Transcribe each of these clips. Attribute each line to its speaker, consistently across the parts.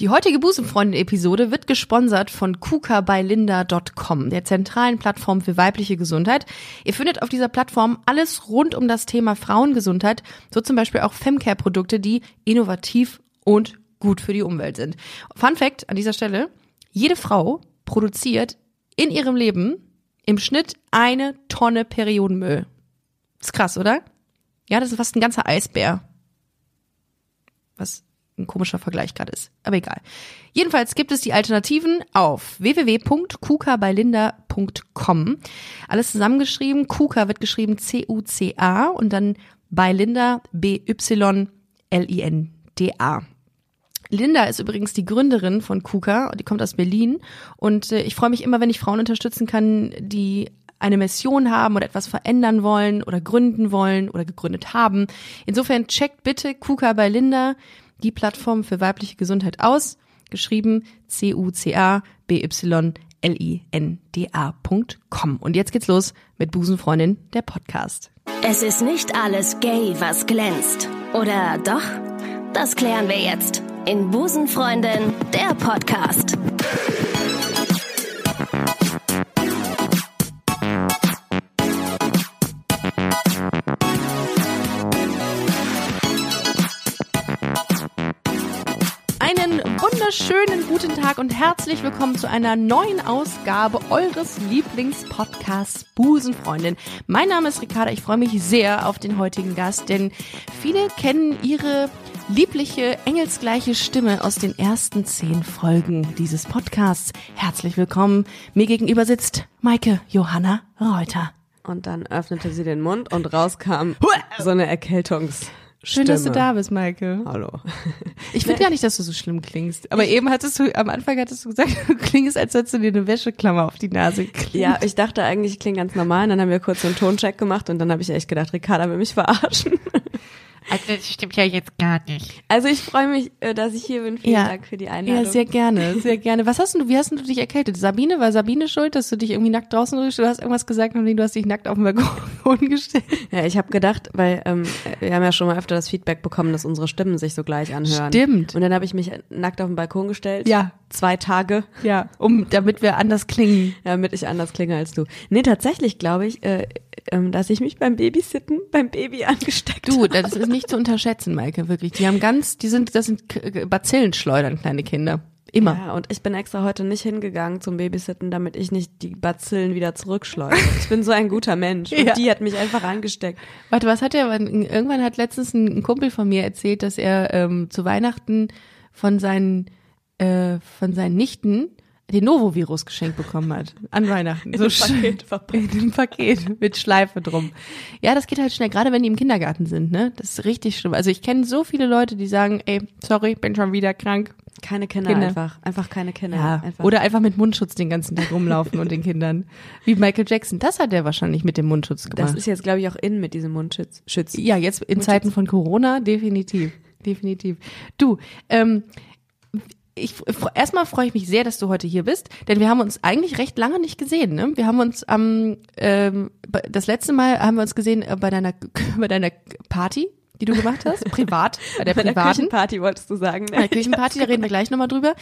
Speaker 1: Die heutige Busenfreundin-Episode wird gesponsert von kukabylinda.com, der zentralen Plattform für weibliche Gesundheit. Ihr findet auf dieser Plattform alles rund um das Thema Frauengesundheit, so zum Beispiel auch Femcare-Produkte, die innovativ und gut für die Umwelt sind. Fun Fact an dieser Stelle, jede Frau produziert in ihrem Leben im Schnitt eine Tonne Periodenmüll. Ist krass, oder? Ja, das ist fast ein ganzer Eisbär. Was ein komischer Vergleich gerade ist. Aber egal. Jedenfalls gibt es die Alternativen auf www.kuka-bei-linda.com. Alles zusammengeschrieben. Kuka wird geschrieben C-U-C-A und dann bei Linda B-Y-L-I-N-D-A. Linda ist übrigens die Gründerin von KUKA, die kommt aus Berlin und äh, ich freue mich immer, wenn ich Frauen unterstützen kann, die eine Mission haben oder etwas verändern wollen oder gründen wollen oder gegründet haben. Insofern checkt bitte KUKA bei Linda, die Plattform für weibliche Gesundheit aus, geschrieben C-U-C-A-B-Y-L-I-N-D-A.com. Und jetzt geht's los mit Busenfreundin, der Podcast.
Speaker 2: Es ist nicht alles gay, was glänzt. Oder doch? Das klären wir jetzt in Busenfreundin, der Podcast.
Speaker 1: Einen wunderschönen guten Tag und herzlich willkommen zu einer neuen Ausgabe eures Lieblingspodcasts Busenfreundin. Mein Name ist Ricarda, ich freue mich sehr auf den heutigen Gast, denn viele kennen ihre liebliche, engelsgleiche Stimme aus den ersten zehn Folgen dieses Podcasts. Herzlich willkommen. Mir gegenüber sitzt Maike Johanna Reuter.
Speaker 3: Und dann öffnete sie den Mund und rauskam so eine Erkältungs.
Speaker 1: Schön, dass du da bist, Maike.
Speaker 3: Hallo.
Speaker 1: Ich finde gar nicht, dass du so schlimm klingst. Aber eben hattest du, am Anfang hattest du gesagt, du klingst, als hättest du dir eine Wäscheklammer auf die Nase gekriegt.
Speaker 3: Ja, ich dachte eigentlich, ich klinge ganz normal. Und dann haben wir kurz so einen Toncheck gemacht und dann habe ich echt gedacht, Ricarda will mich verarschen.
Speaker 4: Also das stimmt ja jetzt gar nicht.
Speaker 3: Also ich freue mich, äh, dass ich hier bin. Vielen
Speaker 1: Ja.
Speaker 3: Dank für die
Speaker 1: Ja,
Speaker 3: Einladung.
Speaker 1: sehr gerne, sehr gerne. Was hast denn du, wie hast denn du dich erkältet? Sabine, war Sabine schuld, dass du dich irgendwie nackt draußen rührst? Du hast irgendwas gesagt und du hast dich nackt auf den Balkon gestellt.
Speaker 3: ja, ich habe gedacht, weil ähm, wir haben ja schon mal öfter das Feedback bekommen, dass unsere Stimmen sich so gleich anhören.
Speaker 1: Stimmt.
Speaker 3: Und dann habe ich mich nackt auf den Balkon gestellt.
Speaker 1: Ja.
Speaker 3: Zwei Tage.
Speaker 1: Ja, um, damit wir anders klingen.
Speaker 3: Damit ich anders klinge als du. Nee, tatsächlich glaube ich, äh, ähm, dass ich mich beim Babysitten, beim Baby angesteckt
Speaker 1: Du,
Speaker 3: habe.
Speaker 1: das ist nicht zu unterschätzen, Maike, wirklich. Die haben ganz, die sind, das sind K- Bazillen schleudern, kleine Kinder. Immer.
Speaker 3: Ja, und ich bin extra heute nicht hingegangen zum Babysitten, damit ich nicht die Bazillen wieder zurückschleudere. Ich bin so ein guter Mensch. Und
Speaker 1: Ja.
Speaker 3: die hat mich einfach angesteckt.
Speaker 1: Warte, was hat er? Irgendwann hat letztens ein Kumpel von mir erzählt, dass er ähm, zu Weihnachten von seinen äh, von seinen Nichten den Novovirus geschenkt bekommen hat an Weihnachten. So
Speaker 3: einem
Speaker 1: schön.
Speaker 3: Paket verpackt.
Speaker 1: in einem Paket mit Schleife drum. Ja, das geht halt schnell, gerade wenn die im Kindergarten sind. Ne, das ist richtig schlimm. Also ich kenne so viele Leute, die sagen, ey, sorry, bin schon wieder krank.
Speaker 3: Keine Kinder,
Speaker 1: Kinder.
Speaker 3: einfach. Einfach keine Kinder.
Speaker 1: Ja,
Speaker 3: einfach.
Speaker 1: oder einfach mit Mundschutz den ganzen Tag rumlaufen und den Kindern. Wie Michael Jackson, das hat er wahrscheinlich mit dem Mundschutz gemacht.
Speaker 3: das ist jetzt, glaube ich, auch in mit diesem Mundschutz. Schütz.
Speaker 1: Ja, jetzt in Zeiten von Corona, definitiv. Definitiv. Du, ähm, ich, fr- erstmal freue ich mich sehr, dass du heute hier bist, denn wir haben uns eigentlich recht lange nicht gesehen. Ne? Wir haben uns am ähm, be- das letzte Mal haben wir uns gesehen äh, bei deiner bei deiner Party, die du gemacht hast, privat, bei der
Speaker 3: Bei der
Speaker 1: privaten.
Speaker 3: Küchenparty wolltest du sagen.
Speaker 1: Bei der
Speaker 3: Ne?
Speaker 1: Küchenparty, da reden wir gleich nochmal drüber.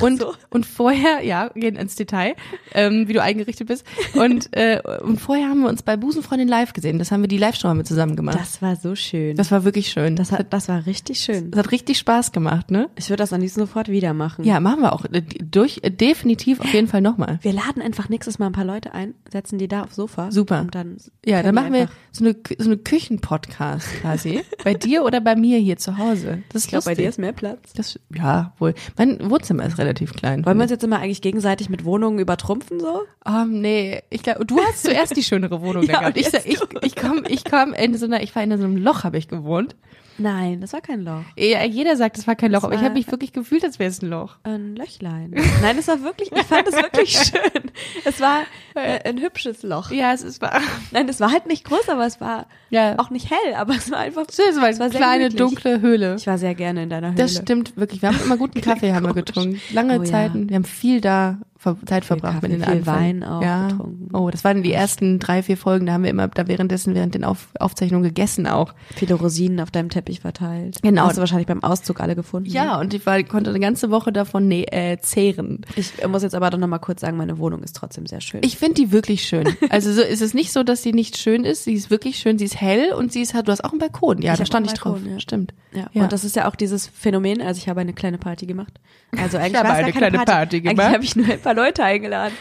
Speaker 1: und,
Speaker 3: so.
Speaker 1: und vorher, ja, gehen ins Detail, ähm, wie du eingerichtet bist. Und, äh, und vorher haben wir uns bei Busenfreundin live gesehen. Das haben wir die Live-Show haben wir zusammen gemacht.
Speaker 3: Das war so schön.
Speaker 1: Das war wirklich schön. Das hat,
Speaker 3: das, hat, Mhm. das war richtig schön.
Speaker 1: das hat richtig Spaß gemacht, ne?
Speaker 3: Ich würde das am liebsten sofort wieder machen.
Speaker 1: Ja, machen wir auch. äh, Durch, äh, definitiv auf jeden Fall nochmal.
Speaker 3: Wir laden einfach nächstes Mal ein paar Leute ein, setzen die da aufs Sofa.
Speaker 1: Super.
Speaker 3: Und dann
Speaker 1: Ja, dann
Speaker 3: können
Speaker 1: machen wir
Speaker 3: einfach-
Speaker 1: so eine, so eine Küchenpodcast quasi. bei dir oder bei mir hier zu Hause. Das ist
Speaker 3: Ich glaube, bei
Speaker 1: lustig.
Speaker 3: dir ist mehr Platz.
Speaker 1: das, ja, wohl. Mein Wohnzimmer ist relativ klein.
Speaker 3: Wollen wir uns jetzt immer eigentlich gegenseitig mit Wohnungen übertrumpfen so?
Speaker 1: Ähm, nee, ich glaube, du hast zuerst die schönere Wohnung
Speaker 3: Ja,
Speaker 1: da gehabt.
Speaker 3: und
Speaker 1: Ich, sa-
Speaker 3: jetzt
Speaker 1: ich, ich komme ich komm in so einer, ich war in so einem Loch, habe ich gewohnt.
Speaker 3: Nein, das war kein Loch.
Speaker 1: Ja, jeder sagt, das war kein Loch, aber ich
Speaker 3: war-
Speaker 1: habe mich wirklich gefühlt, als wäre es ein Loch.
Speaker 3: Ein Löchlein. Nein, es war wirklich, ich fand es wirklich schön. Es war äh, ein hübsches Loch.
Speaker 1: Ja, es ist wahr.
Speaker 3: Nein, es war halt nicht groß, aber es war
Speaker 1: Ja.
Speaker 3: auch nicht hell, aber es war einfach
Speaker 1: Es war eine
Speaker 3: war sehr
Speaker 1: kleine,
Speaker 3: gemütlich.
Speaker 1: dunkle Höhle.
Speaker 3: Ich war sehr gerne in deiner Höhle.
Speaker 1: Das stimmt wirklich. Wir haben immer guten Kaffee haben wir getrunken. Lange
Speaker 3: Oh ja.
Speaker 1: Zeiten. Wir haben viel da ver Zeit verbracht mit den
Speaker 3: Kaffee, viel
Speaker 1: Anfang.
Speaker 3: Wein auch
Speaker 1: ja.
Speaker 3: getrunken.
Speaker 1: Oh, das waren die ersten drei, vier Folgen. Da haben wir immer da währenddessen während den Auf Aufzeichnungen gegessen auch.
Speaker 3: Viele Rosinen auf deinem Teppich verteilt.
Speaker 1: Genau.
Speaker 3: Hast du wahrscheinlich beim Auszug alle gefunden. ne?
Speaker 1: Ja, und ich war, konnte eine ganze Woche davon nä- äh, zehren.
Speaker 3: Ich muss jetzt aber doch nochmal kurz sagen, meine Wohnung ist trotzdem sehr schön.
Speaker 1: Ich finde die wirklich schön. Also so ist es nicht so, dass sie nicht schön ist. Sie ist wirklich schön. Sie ist hell und sie ist hat. Du hast auch einen Balkon. Ja,
Speaker 3: Ich
Speaker 1: da
Speaker 3: hab
Speaker 1: stand
Speaker 3: auch
Speaker 1: ich
Speaker 3: einen
Speaker 1: drauf.
Speaker 3: Balkon, ja.
Speaker 1: Stimmt.
Speaker 3: Ja,
Speaker 1: Ja.
Speaker 3: und das ist ja auch dieses Phänomen, also ich habe eine kleine Party gemacht. Also eigentlich
Speaker 1: habe
Speaker 3: war es
Speaker 1: eine
Speaker 3: gar keine
Speaker 1: kleine Party gemacht.
Speaker 3: Eigentlich habe ich nur ein paar Leute eingeladen.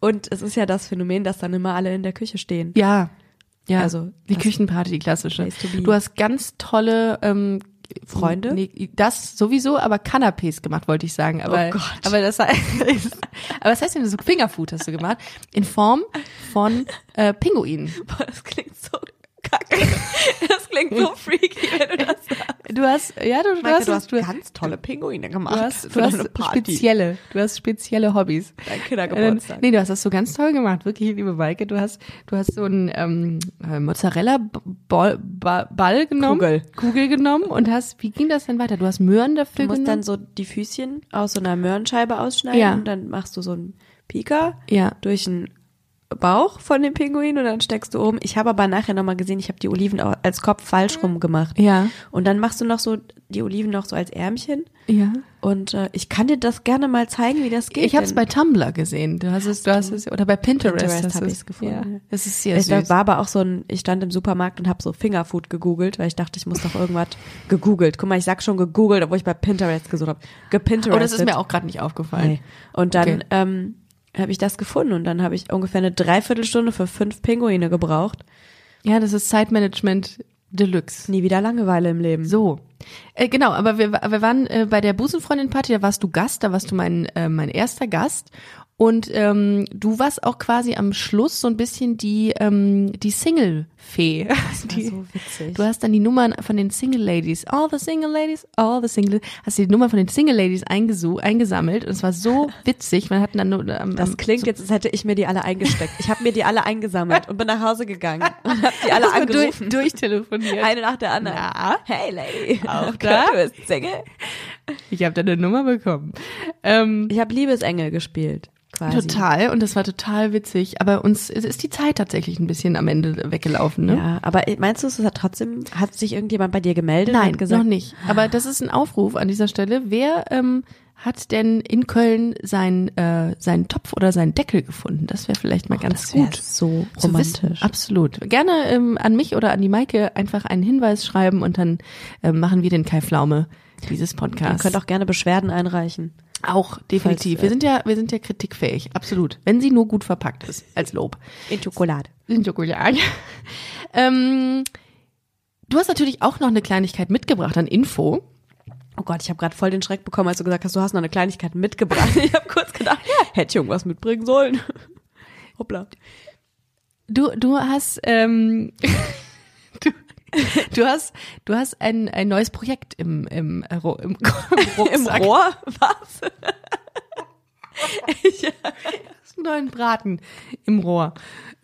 Speaker 3: Und es ist ja das Phänomen, dass dann immer alle in der Küche stehen.
Speaker 1: Ja. Ja, also
Speaker 3: Also,
Speaker 1: die
Speaker 3: das-
Speaker 1: Küchenparty, die klassische.
Speaker 3: Place to be.
Speaker 1: Du hast ganz tolle ähm,
Speaker 3: Freunde?
Speaker 1: Nee, das sowieso, aber Canapés gemacht, wollte ich sagen. Aber,
Speaker 3: Oh Gott.
Speaker 1: Aber das heißt, aber das heißt denn so Fingerfood hast du gemacht in Form von äh, Pinguinen.
Speaker 3: Boah, das klingt so kacke. Das klingt so freaky, wenn du das sagst.
Speaker 1: Du hast ja du, du
Speaker 3: Maike,
Speaker 1: hast,
Speaker 3: du hast
Speaker 1: du,
Speaker 3: ganz tolle Pinguine gemacht.
Speaker 1: du hast,
Speaker 3: für
Speaker 1: du hast
Speaker 3: deine Party.
Speaker 1: spezielle du hast spezielle Hobbys.
Speaker 3: Dein Kindergeburtstag.
Speaker 1: Äh, Nee, du hast das so ganz toll gemacht, wirklich, liebe Maike. Du hast, du hast so einen ähm, äh, Mozzarella-Ball Ba- Ball genommen.
Speaker 3: Kugel.
Speaker 1: Kugel genommen und hast, wie ging das denn weiter? Du hast Möhren dafür
Speaker 3: Du musst
Speaker 1: genommen.
Speaker 3: dann so die Füßchen aus so einer Möhrenscheibe ausschneiden
Speaker 1: Ja.
Speaker 3: und dann machst du so einen Pika
Speaker 1: Ja.
Speaker 3: durch den Bauch von dem Pinguin und dann steckst du oben. Ich habe aber nachher nochmal gesehen, ich habe die Oliven au- als Kopf falsch rum gemacht.
Speaker 1: Mhm. Ja.
Speaker 3: Und dann machst du noch so die Oliven noch so als Ärmchen.
Speaker 1: ja.
Speaker 3: Und äh, ich kann dir das gerne mal zeigen, wie das geht.
Speaker 1: Ich habe es
Speaker 3: denn
Speaker 1: bei Tumblr gesehen. Du hast es, du hast es, oder bei Pinterest,
Speaker 3: Pinterest
Speaker 1: hast
Speaker 3: hab
Speaker 1: du es
Speaker 3: ich's gefunden.
Speaker 1: Ja. Das ist sehr
Speaker 3: ich,
Speaker 1: süß.
Speaker 3: da war aber auch so ein, ich stand im Supermarkt und habe so Fingerfood gegoogelt, weil ich dachte, ich muss doch irgendwas gegoogelt. Guck mal, ich sag schon gegoogelt, obwohl ich bei Pinterest gesucht habe. Gepinterestet.
Speaker 1: oh, das ist mir auch gerade nicht aufgefallen.
Speaker 3: Nee. Und dann
Speaker 1: Okay.
Speaker 3: ähm, habe ich das gefunden und dann habe ich ungefähr eine Dreiviertelstunde für fünf Pinguine gebraucht.
Speaker 1: Ja, das ist Zeitmanagement Deluxe.
Speaker 3: Nie wieder Langeweile im Leben.
Speaker 1: So. Äh, genau, aber wir, wir waren äh, bei der Busenfreundin-Party, da warst du Gast, da warst du mein, äh, mein erster Gast. Und ähm, du warst auch quasi am Schluss so ein bisschen die, ähm, die Single-Fee. Die-
Speaker 3: so witzig.
Speaker 1: Du hast dann die Nummern von den Single Ladies, all the Single Ladies, all the Single, hast die Nummer von den Single Ladies eingesu- eingesammelt und es war so witzig. Man hat dann nur, ähm,
Speaker 3: Das klingt jetzt, als hätte ich mir die alle eingesteckt. Ich habe mir die alle eingesammelt und bin nach Hause gegangen und habe die alle
Speaker 1: Hast du durch,
Speaker 3: angerufen.
Speaker 1: durchtelefoniert.
Speaker 3: Eine nach der anderen. Hey Lady,
Speaker 1: Auch
Speaker 3: Gott,
Speaker 1: da?
Speaker 3: du bist Single.
Speaker 1: Ich habe deine Nummer bekommen. Ähm,
Speaker 3: Ich habe Liebesengel gespielt, quasi.
Speaker 1: total und das war total witzig. Aber uns es ist die Zeit tatsächlich ein bisschen am Ende weggelaufen. Ne?
Speaker 3: Ja, aber äh, meinst du, es hat trotzdem, hat sich irgendjemand bei dir gemeldet und
Speaker 1: Nein,
Speaker 3: hat gesagt, Ah.
Speaker 1: noch nicht. Aber das ist ein Aufruf an dieser Stelle. Wer ähm, hat denn in Köln seinen äh, seinen Topf oder seinen Deckel gefunden? Das wäre vielleicht mal ganz
Speaker 3: Oh, das wär
Speaker 1: gut.
Speaker 3: so
Speaker 1: zu wissen.
Speaker 3: romantisch.
Speaker 1: Absolut. Gerne ähm, an mich oder an die Maike einfach einen Hinweis schreiben und dann ähm, machen wir den Kai Pflaume dieses
Speaker 3: Ihr
Speaker 1: Podcasts.
Speaker 3: könnt auch gerne Beschwerden einreichen.
Speaker 1: auch definitiv.
Speaker 3: Falls, äh,
Speaker 1: wir sind ja, wir sind ja kritikfähig, absolut. Wenn sie nur gut verpackt ist, als Lob.
Speaker 3: In Schokolade.
Speaker 1: In Schokolade. ähm, du hast natürlich auch noch eine Kleinigkeit mitgebracht an Info.
Speaker 3: Oh Gott, ich habe gerade voll den Schreck bekommen, als du gesagt hast, du hast noch eine Kleinigkeit mitgebracht. Ich habe kurz gedacht, hätte ich irgendwas mitbringen sollen. Hoppla.
Speaker 1: Du, du hast, ähm, du, du hast, du hast ein, ein neues Projekt im, im, äh, Ro- im, Rucksack.
Speaker 3: Im Rohr? Was?
Speaker 1: einen neuen Braten im Rohr.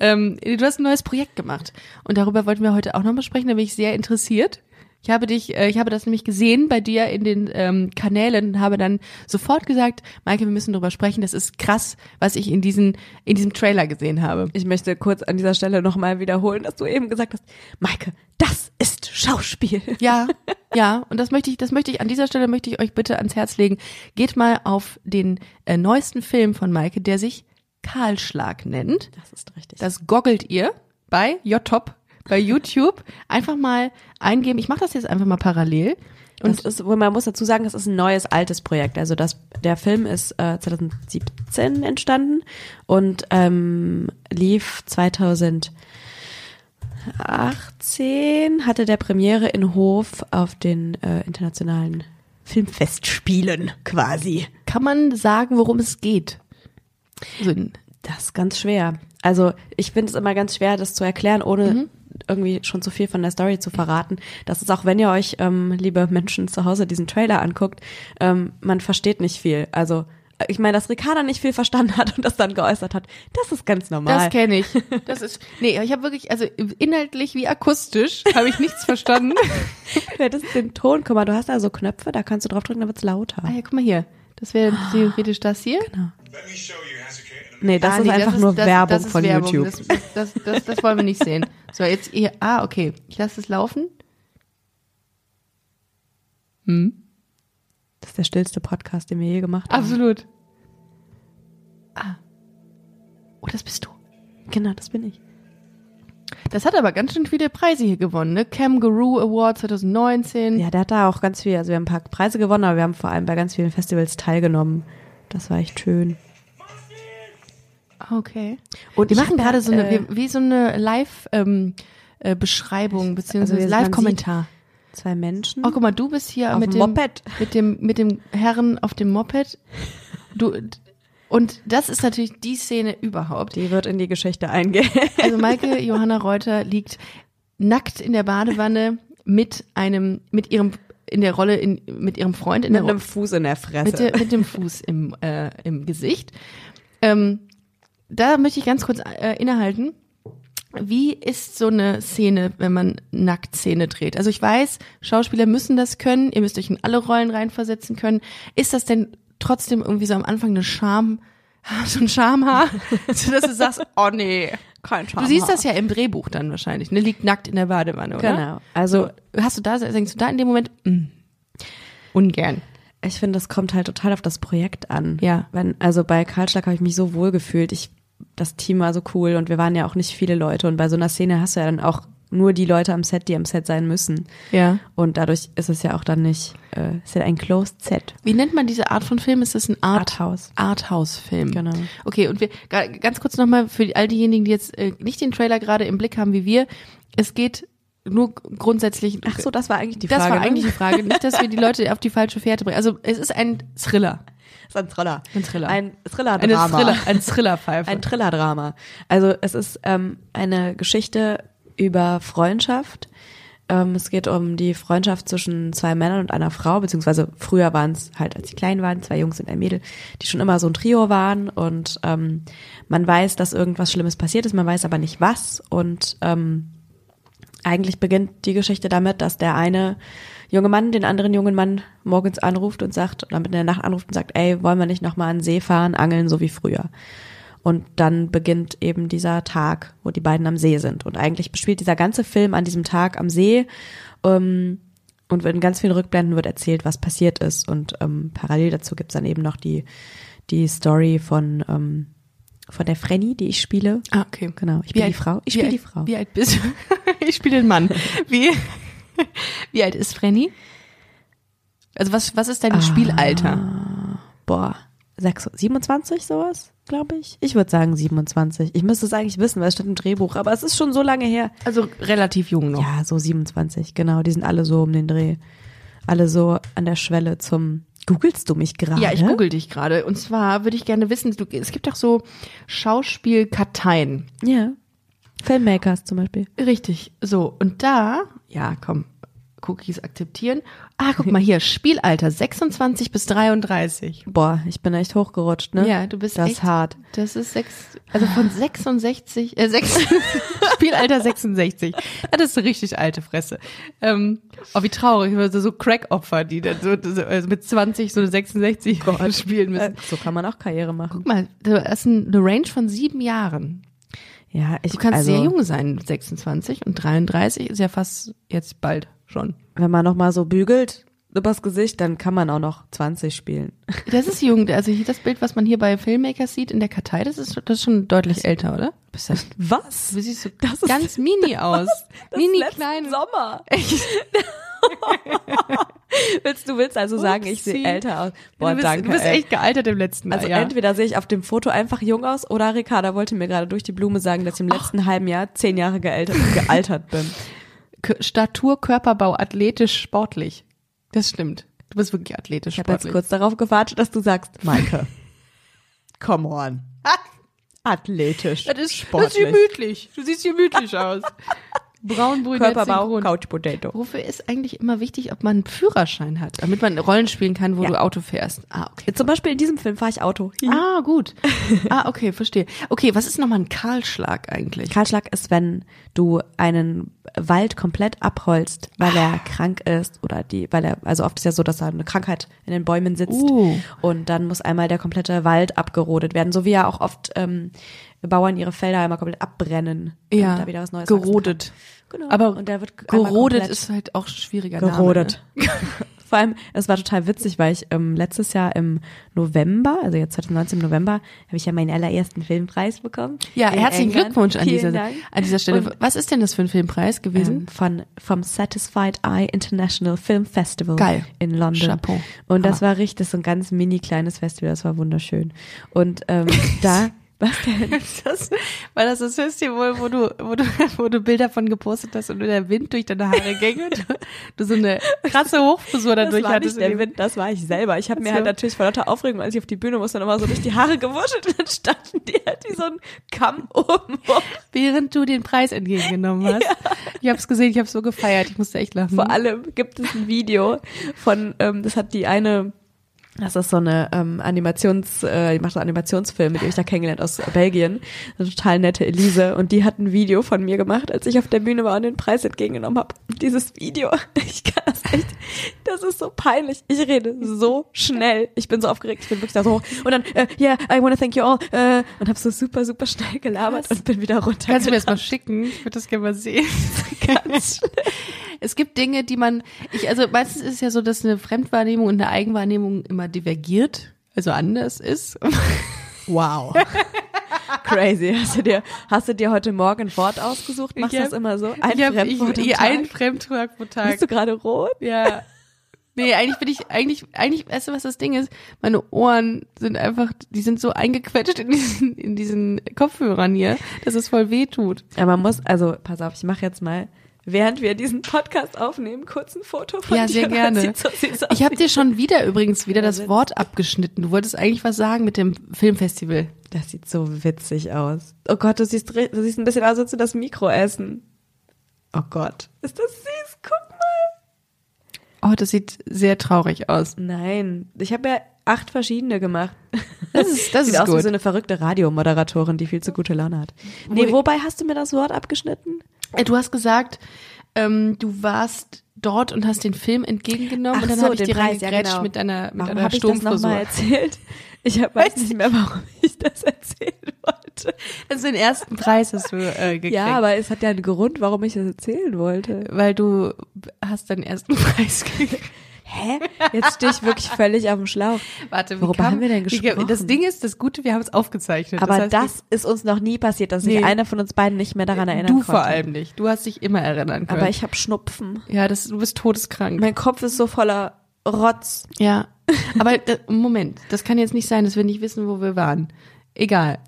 Speaker 1: Ähm, du hast ein neues Projekt gemacht und darüber wollten wir heute auch nochmal sprechen. Da bin ich sehr interessiert. Ich habe dich, äh, ich habe das nämlich gesehen bei dir in den ähm, Kanälen und habe dann sofort gesagt, Maike, wir müssen darüber sprechen. Das ist krass, was ich in diesen in diesem Trailer gesehen habe.
Speaker 3: Ich möchte kurz an dieser Stelle nochmal wiederholen, dass du eben gesagt hast, Maike, das ist Schauspiel.
Speaker 1: Ja, ja, und das möchte ich, das möchte ich an dieser Stelle möchte ich euch bitte ans Herz legen. Geht mal auf den äh, neuesten Film von Maike, der sich Kahlschlag nennt.
Speaker 3: Das ist richtig.
Speaker 1: Das goggelt ihr bei JTop, bei YouTube. Einfach mal eingeben. Ich mache das jetzt einfach mal parallel.
Speaker 3: Und es ist, wo man muss dazu sagen, es ist ein neues, altes Projekt. Also das, der Film ist äh, 2017 entstanden und ähm, lief 2018, hatte der Premiere in Hof auf den äh, internationalen Filmfestspielen quasi.
Speaker 1: Kann man sagen, worum es geht? So ein-
Speaker 3: Das ist ganz schwer. Also ich finde es immer ganz schwer, das zu erklären, ohne
Speaker 1: Mhm.
Speaker 3: irgendwie schon zu viel von der Story zu verraten. Das ist auch, wenn ihr euch, ähm, liebe Menschen zu Hause, diesen Trailer anguckt, ähm, man versteht nicht viel. Also äh, ich meine, dass Ricarda nicht viel verstanden hat und das dann geäußert hat, das ist ganz normal.
Speaker 1: Das kenne ich. Das ist nee, ich habe wirklich also inhaltlich wie akustisch habe ich nichts verstanden.
Speaker 3: du hättest den Ton, guck mal, du hast da so Knöpfe, da kannst du draufdrücken, dann wird's lauter.
Speaker 1: ah ja, guck mal hier. Das wäre theoretisch das hier.
Speaker 5: Let me show you how's it getting
Speaker 3: Nee, Genau. das
Speaker 1: Ah,
Speaker 3: ist
Speaker 1: nee,
Speaker 3: einfach nur
Speaker 1: das-
Speaker 3: Werbung
Speaker 1: das ist
Speaker 3: von
Speaker 1: Werbung.
Speaker 3: YouTube.
Speaker 1: Das, das, das, das, wollen wir nicht sehen. So, jetzt hier. Ah, okay. Ich lasse es laufen.
Speaker 3: Das ist der stillste Podcast, den wir je gemacht haben.
Speaker 1: Absolut. Ah. Oh, das bist du.
Speaker 3: Genau, das bin ich.
Speaker 1: Das hat aber ganz schön viele Preise hier gewonnen, ne? Kangaroo Award 2019.
Speaker 3: Ja, der hat da auch ganz viel. Also wir haben ein paar Preise gewonnen, aber wir haben vor allem bei ganz vielen Festivals teilgenommen. Das war echt schön.
Speaker 1: Ah, Okay.
Speaker 3: Und
Speaker 1: Wir
Speaker 3: ich
Speaker 1: machen
Speaker 3: hab
Speaker 1: gerade so eine,
Speaker 3: äh,
Speaker 1: wie- wie so eine Live-Beschreibung, ähm, äh, Beschreibung, beziehungsweise
Speaker 3: also, man
Speaker 1: Live-Kommentar.
Speaker 3: zwei Menschen.
Speaker 1: Oh, guck mal, du bist hier
Speaker 3: Auf
Speaker 1: mit,
Speaker 3: dem
Speaker 1: dem,
Speaker 3: Moped.
Speaker 1: mit dem mit dem Herren auf dem Moped. Du und das ist natürlich die Szene überhaupt.
Speaker 3: Die wird in die Geschichte eingehen.
Speaker 1: Also Maike Johanna Reuter liegt nackt in der Badewanne mit einem mit ihrem in der Rolle in, mit ihrem Freund in
Speaker 3: Mit
Speaker 1: der Ro-
Speaker 3: einem Fuß in der Fresse.
Speaker 1: mit, der- mit dem Fuß im, äh, im Gesicht. Ähm, da möchte ich ganz kurz äh, innehalten. Wie ist so eine Szene, wenn man Nacktszene dreht? Also ich weiß, Schauspieler müssen das können, ihr müsst euch in alle Rollen reinversetzen können. Ist das denn trotzdem irgendwie so am Anfang eine Scham, so ein Schamhaar, sodass du sagst, oh nee.
Speaker 3: Kein
Speaker 1: Du siehst das ja im Drehbuch dann wahrscheinlich, ne? Liegt nackt in der Badewanne, oder?
Speaker 3: Genau. Also
Speaker 1: Hast du da, denkst du da in dem Moment, mm, ungern.
Speaker 3: Ich finde, das kommt halt total auf das Projekt an.
Speaker 1: Ja.
Speaker 3: Wenn, also bei Karlschlag habe ich mich so wohl gefühlt. Ich, das Team war so cool und wir waren ja auch nicht viele Leute. Und bei so einer Szene hast du ja dann auch nur die Leute am Set, die am Set sein müssen.
Speaker 1: Ja.
Speaker 3: Und dadurch ist es ja auch dann nicht, äh, ist ja ein Closed Set.
Speaker 1: Wie nennt man diese Art von Film? Ist das ein Art
Speaker 3: Arthouse.
Speaker 1: Arthouse-Film?
Speaker 3: Genau.
Speaker 1: Okay, und wir ga- ganz kurz nochmal für all diejenigen, die jetzt äh, nicht den Trailer gerade im Blick haben wie wir. Es geht nur grundsätzlich.
Speaker 3: Ach so, das war eigentlich die
Speaker 1: das
Speaker 3: Frage.
Speaker 1: war
Speaker 3: ne?
Speaker 1: eigentlich die Frage, nicht, dass wir die Leute auf die falsche Fährte bringen. Also es ist ein Thriller.
Speaker 3: Das ist ein Thriller.
Speaker 1: Ein Thriller.
Speaker 3: Ein
Speaker 1: Eine
Speaker 3: Thriller-Drama.
Speaker 1: Thriller, ein Thriller-Pfeife.
Speaker 3: Ein Thriller-Drama. Also es ist ähm, eine Geschichte über Freundschaft. Ähm, es geht um die Freundschaft zwischen zwei Männern und einer Frau, beziehungsweise früher waren es halt, als sie klein waren, zwei Jungs und ein Mädel, die schon immer so ein Trio waren. Und ähm, man weiß, dass irgendwas Schlimmes passiert ist, man weiß aber nicht was. Und ähm, eigentlich beginnt die Geschichte damit, dass der eine junge Mann den anderen jungen Mann morgens anruft und sagt, oder mitten in der Nacht anruft und sagt, ey, wollen wir nicht nochmal an den See fahren, angeln, so wie früher. Und dann beginnt eben dieser Tag, wo die beiden am See sind. Und eigentlich spielt dieser ganze Film an diesem Tag am See. Ähm, und in ganz vielen Rückblenden wird erzählt, was passiert ist. Und ähm, parallel dazu gibt's dann eben noch die, die Story von, ähm, von der Frenny, die ich spiele.
Speaker 1: ah, okay.
Speaker 3: Genau, ich
Speaker 1: Wie
Speaker 3: bin die
Speaker 1: alt-
Speaker 3: Frau. Ich
Speaker 1: wie
Speaker 3: bin
Speaker 1: alt-
Speaker 3: die Frau.
Speaker 1: Wie alt bist du? ich spiele den Mann. Wie, wie alt ist Frenny? Also was, was
Speaker 3: Ah.
Speaker 1: ist dein Spielalter?
Speaker 3: boah, 6, 27 sowas, glaube ich. Ich würde sagen 27. Ich müsste es eigentlich wissen, weil es steht im Drehbuch, aber es ist schon so lange her.
Speaker 1: Also relativ jung noch.
Speaker 3: Ja, so 27, genau. Die sind alle so um den Dreh. Alle so an der Schwelle zum. Googlest du mich gerade?
Speaker 1: Ja, ich google dich gerade. Und zwar würde ich gerne wissen, du, es gibt doch so Schauspielkarteien.
Speaker 3: Ja. Filmmakers zum Beispiel.
Speaker 1: Richtig. So, und da, ja, komm, Cookies akzeptieren. Ah, guck mal hier, Spielalter 26 bis 33.
Speaker 3: Boah, ich bin echt hochgerutscht, ne?
Speaker 1: Ja, du bist
Speaker 3: Das
Speaker 1: echt,
Speaker 3: ist hart.
Speaker 1: Das ist sechs, also von 66, äh, sechs, Spielalter 66. Ja, das ist eine richtig alte Fresse. Ähm, oh, wie traurig, also so Crack-Opfer, die dann so, so also mit 20 so eine 66 spielen
Speaker 3: Äh,
Speaker 1: müssen.
Speaker 3: So kann man auch Karriere machen.
Speaker 1: Guck mal, das ist ein, eine Range von sieben Jahren.
Speaker 3: Ja, ich
Speaker 1: Du kannst
Speaker 3: also,
Speaker 1: sehr jung sein, 26 und 33 ist ja fast jetzt bald schon.
Speaker 3: Wenn man noch mal so bügelt übers Gesicht, dann kann man auch noch 20 spielen.
Speaker 1: Das ist jung, also hier das Bild, was man hier bei Filmmakers sieht in der Kartei, das ist, das ist schon deutlich älter, oder? Bist das,
Speaker 3: Was?
Speaker 1: du siehst so
Speaker 3: Das ist-
Speaker 1: ganz mini aus. mini klein.
Speaker 3: Sommer. willst du willst also sagen, ich sehe
Speaker 1: Upsi.
Speaker 3: älter aus? Boah,
Speaker 1: du bist,
Speaker 3: danke.
Speaker 1: du bist
Speaker 3: ey.
Speaker 1: echt gealtert im letzten
Speaker 3: also
Speaker 1: Jahr.
Speaker 3: entweder sehe ich auf dem Foto einfach jung aus oder Ricarda wollte mir gerade durch die Blume sagen, dass ich im letzten halben Jahr zehn Jahre gealtert, gealtert bin.
Speaker 1: K- Statur, Körperbau, athletisch, sportlich. Das stimmt. Du bist wirklich athletisch,
Speaker 3: Ich habe jetzt
Speaker 1: sportlich.
Speaker 3: kurz darauf gewartet, dass du sagst, Maike, come on. Athletisch.
Speaker 1: das ist, das ist
Speaker 3: sportlich.
Speaker 1: gemütlich. Du siehst gemütlich aus. Braun, brünett,
Speaker 3: Körperbau,
Speaker 1: synchron.
Speaker 3: Couch Potato.
Speaker 1: Wofür ist eigentlich immer wichtig, ob man einen Führerschein hat, damit man Rollen spielen kann, wo
Speaker 3: Ja.
Speaker 1: du Auto fährst? Ah, okay.
Speaker 3: Zum Beispiel in diesem Film fahre ich Auto.
Speaker 1: Ah, gut. Ah, okay, verstehe. Okay, was ist nochmal ein Kahlschlag eigentlich?
Speaker 3: Kahlschlag ist, wenn du einen Wald komplett abholzt, weil
Speaker 1: Ah.
Speaker 3: er krank ist oder die, weil er, also oft ist ja so, dass da eine Krankheit in den Bäumen sitzt
Speaker 1: Uh.
Speaker 3: und dann muss einmal der komplette Wald abgerodet werden, so wie ja auch oft ähm, Bauern ihre Felder einmal komplett abbrennen,
Speaker 1: Ja,
Speaker 3: damit da wieder was Neues wachsen
Speaker 1: gerodet.
Speaker 3: kann. Genau.
Speaker 1: Aber
Speaker 3: und der wird einmal
Speaker 1: Gerodet
Speaker 3: komplett-
Speaker 1: ist halt auch schwieriger
Speaker 3: Gerodet.
Speaker 1: Name. ne?
Speaker 3: Vor allem, es war total witzig, weil ich ähm, letztes Jahr im November, also jetzt 2019 im November, habe ich ja meinen allerersten Filmpreis bekommen.
Speaker 1: Ja,
Speaker 3: In
Speaker 1: herzlichen
Speaker 3: England.
Speaker 1: Glückwunsch an
Speaker 3: Vielen
Speaker 1: dieser,
Speaker 3: Dank.
Speaker 1: an dieser Stelle.
Speaker 3: Und,
Speaker 1: Was ist denn das für ein Filmpreis gewesen?
Speaker 3: ähm, von vom Satisfied Eye International Film Festival
Speaker 1: Geil.
Speaker 3: in London.
Speaker 1: Chapeau.
Speaker 3: Und das war richtig das ist so ein ganz mini kleines Festival, das war wunderschön. Und ähm, da was denn?
Speaker 1: Ähm, Das, war das das Festival, wo du, wo du, wo du Bilder von gepostet hast und nur der Wind durch deine Haare ging und du, du so eine krasse Hochfrisur dadurch
Speaker 3: das war
Speaker 1: hattest.
Speaker 3: nicht der Wind, das war ich selber. Ich habe mir halt natürlich vor lauter Aufregung, als ich auf die Bühne musste, nochmal so durch die Haare gewuschelt und dann standen die halt wie so ein Kamm oben. hoch.
Speaker 1: Während du den Preis entgegengenommen hast. Ich hab's gesehen, ich hab's so gefeiert, ich musste echt lachen.
Speaker 3: Vor allem gibt es ein Video von, ähm, das hat die eine, das ist so eine ähm, Animations, äh, die macht so einen Animationsfilm, mit dem ich da kennengelernt aus Belgien. Eine total nette Elise. Und die hat ein Video von mir gemacht, als ich auf der Bühne war und den Preis entgegengenommen habe. Und dieses Video, ich kann das echt, das ist so peinlich. Ich rede so schnell. Ich bin so aufgeregt, ich bin wirklich da so hoch. Und dann, äh, yeah, I wanna thank you all. Äh, und habe so super, super schnell gelabert und bin wieder runter.
Speaker 1: Kannst du mir das mal schicken? Ich würde das gerne mal sehen.
Speaker 3: Ganz
Speaker 1: Es gibt Dinge, die man, ich, also meistens ist es ja so, dass eine Fremdwahrnehmung und eine Eigenwahrnehmung immer divergiert, also anders ist. Wow.
Speaker 3: Crazy. Hast du dir, hast du dir heute Morgen ein Wort ausgesucht? Machst du
Speaker 1: hab-
Speaker 3: das immer so? Ein
Speaker 1: ich hab,
Speaker 3: Fremdwort
Speaker 1: ich,
Speaker 3: am
Speaker 1: Ein
Speaker 3: Tag?
Speaker 1: Fremdwort pro Tag.
Speaker 3: Bist du gerade rot?
Speaker 1: Ja. Nee, eigentlich bin ich, eigentlich, eigentlich, weißt du, was das Ding ist? Meine Ohren sind einfach, die sind so eingequetscht in diesen, in diesen Kopfhörern hier, dass es voll weh tut.
Speaker 3: Ja, man muss, also pass auf, ich mache jetzt mal, während wir diesen Podcast aufnehmen, kurz ein Foto von
Speaker 1: Ja,
Speaker 3: dir.
Speaker 1: sehr
Speaker 3: Das
Speaker 1: gerne.
Speaker 3: sieht so süß aus.
Speaker 1: Ich habe dir schon wieder übrigens wieder das
Speaker 3: Wahnsinn.
Speaker 1: Wort abgeschnitten. Du wolltest eigentlich was sagen mit dem Filmfestival.
Speaker 3: das sieht so witzig aus. Oh Gott, du siehst, ri- du siehst ein bisschen aus, als würdest du das Mikro essen. Oh Gott. Ist das süß? Guck mal.
Speaker 1: Oh, das sieht sehr traurig aus.
Speaker 3: Nein, ich habe ja acht verschiedene gemacht.
Speaker 1: Das ist, das
Speaker 3: sieht
Speaker 1: ist
Speaker 3: aus wie
Speaker 1: gut.
Speaker 3: so eine verrückte Radiomoderatorin, die viel zu gute Laune hat. Nee, wobei hast du mir das Wort abgeschnitten?
Speaker 1: Äh, Du hast gesagt, ähm, du warst dort und hast den Film entgegengenommen und dann habe ich
Speaker 3: den
Speaker 1: dir
Speaker 3: Preis, ja,
Speaker 1: reingegrätscht
Speaker 3: genau.
Speaker 1: mit einer, mit
Speaker 3: warum
Speaker 1: einer
Speaker 3: hab ich das nochmal
Speaker 1: Sturmfrisur.
Speaker 3: erzählt? Ich hab, weiß nicht mehr, warum ich das erzählen wollte.
Speaker 1: Also den ersten Preis hast du äh, gekriegt.
Speaker 3: Ja, aber es hat ja einen Grund, warum ich das erzählen wollte.
Speaker 1: weil du hast deinen ersten Preis gekriegt.
Speaker 3: Hä? Jetzt stehe ich wirklich völlig auf dem Schlauch.
Speaker 1: Warte, wie
Speaker 3: Worüber
Speaker 1: kam,
Speaker 3: haben wir denn
Speaker 1: wie kam-
Speaker 3: gesprochen?
Speaker 1: das Ding ist, das Gute, wir haben es aufgezeichnet.
Speaker 3: aber
Speaker 1: heißt,
Speaker 3: das ist uns noch nie passiert, dass sich
Speaker 1: Nee. Äh,
Speaker 3: einer von uns beiden nicht mehr daran
Speaker 1: du
Speaker 3: erinnern konnte.
Speaker 1: vor allem nicht. Du hast dich immer erinnern können.
Speaker 3: Aber ich habe Schnupfen.
Speaker 1: ja, das, du bist todeskrank.
Speaker 3: Mein Kopf ist so voller Rotz.
Speaker 1: ja, aber da- Moment, das kann jetzt nicht sein, dass wir nicht wissen, wo wir waren. Egal.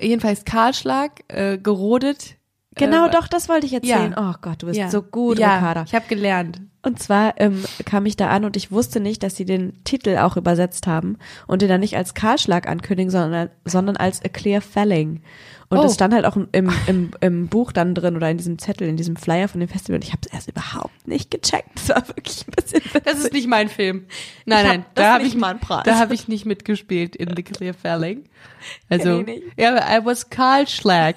Speaker 1: Jedenfalls Karlschlag, äh, gerodet.
Speaker 3: Genau,
Speaker 1: äh,
Speaker 3: doch, das wollte ich erzählen.
Speaker 1: ja.
Speaker 3: Oh Gott, du bist
Speaker 1: ja.
Speaker 3: so gut,
Speaker 1: ja,
Speaker 3: Ricarda.
Speaker 1: Ich habe gelernt.
Speaker 3: Und zwar ähm, kam ich da an und ich wusste nicht, dass sie den Titel auch übersetzt haben und den dann nicht als Kahlschlag ankündigen, sondern, sondern als A Clear Felling. Und
Speaker 1: Oh.
Speaker 3: das stand halt auch im, im, im, im Buch dann drin oder in diesem Zettel, in diesem Flyer von dem Festival. Und ich habe es erst überhaupt nicht gecheckt. Das war wirklich ein bisschen
Speaker 1: Das ist nicht mein Film. Nein,
Speaker 3: Ich hab-
Speaker 1: nein,
Speaker 3: das
Speaker 1: da
Speaker 3: ist
Speaker 1: habe
Speaker 3: nicht
Speaker 1: ich
Speaker 3: mein Preis.
Speaker 1: Da habe ich nicht mitgespielt in The Clear Felling. Also,
Speaker 3: Kenn ich nicht.
Speaker 1: ja, aber I was Karlschlag.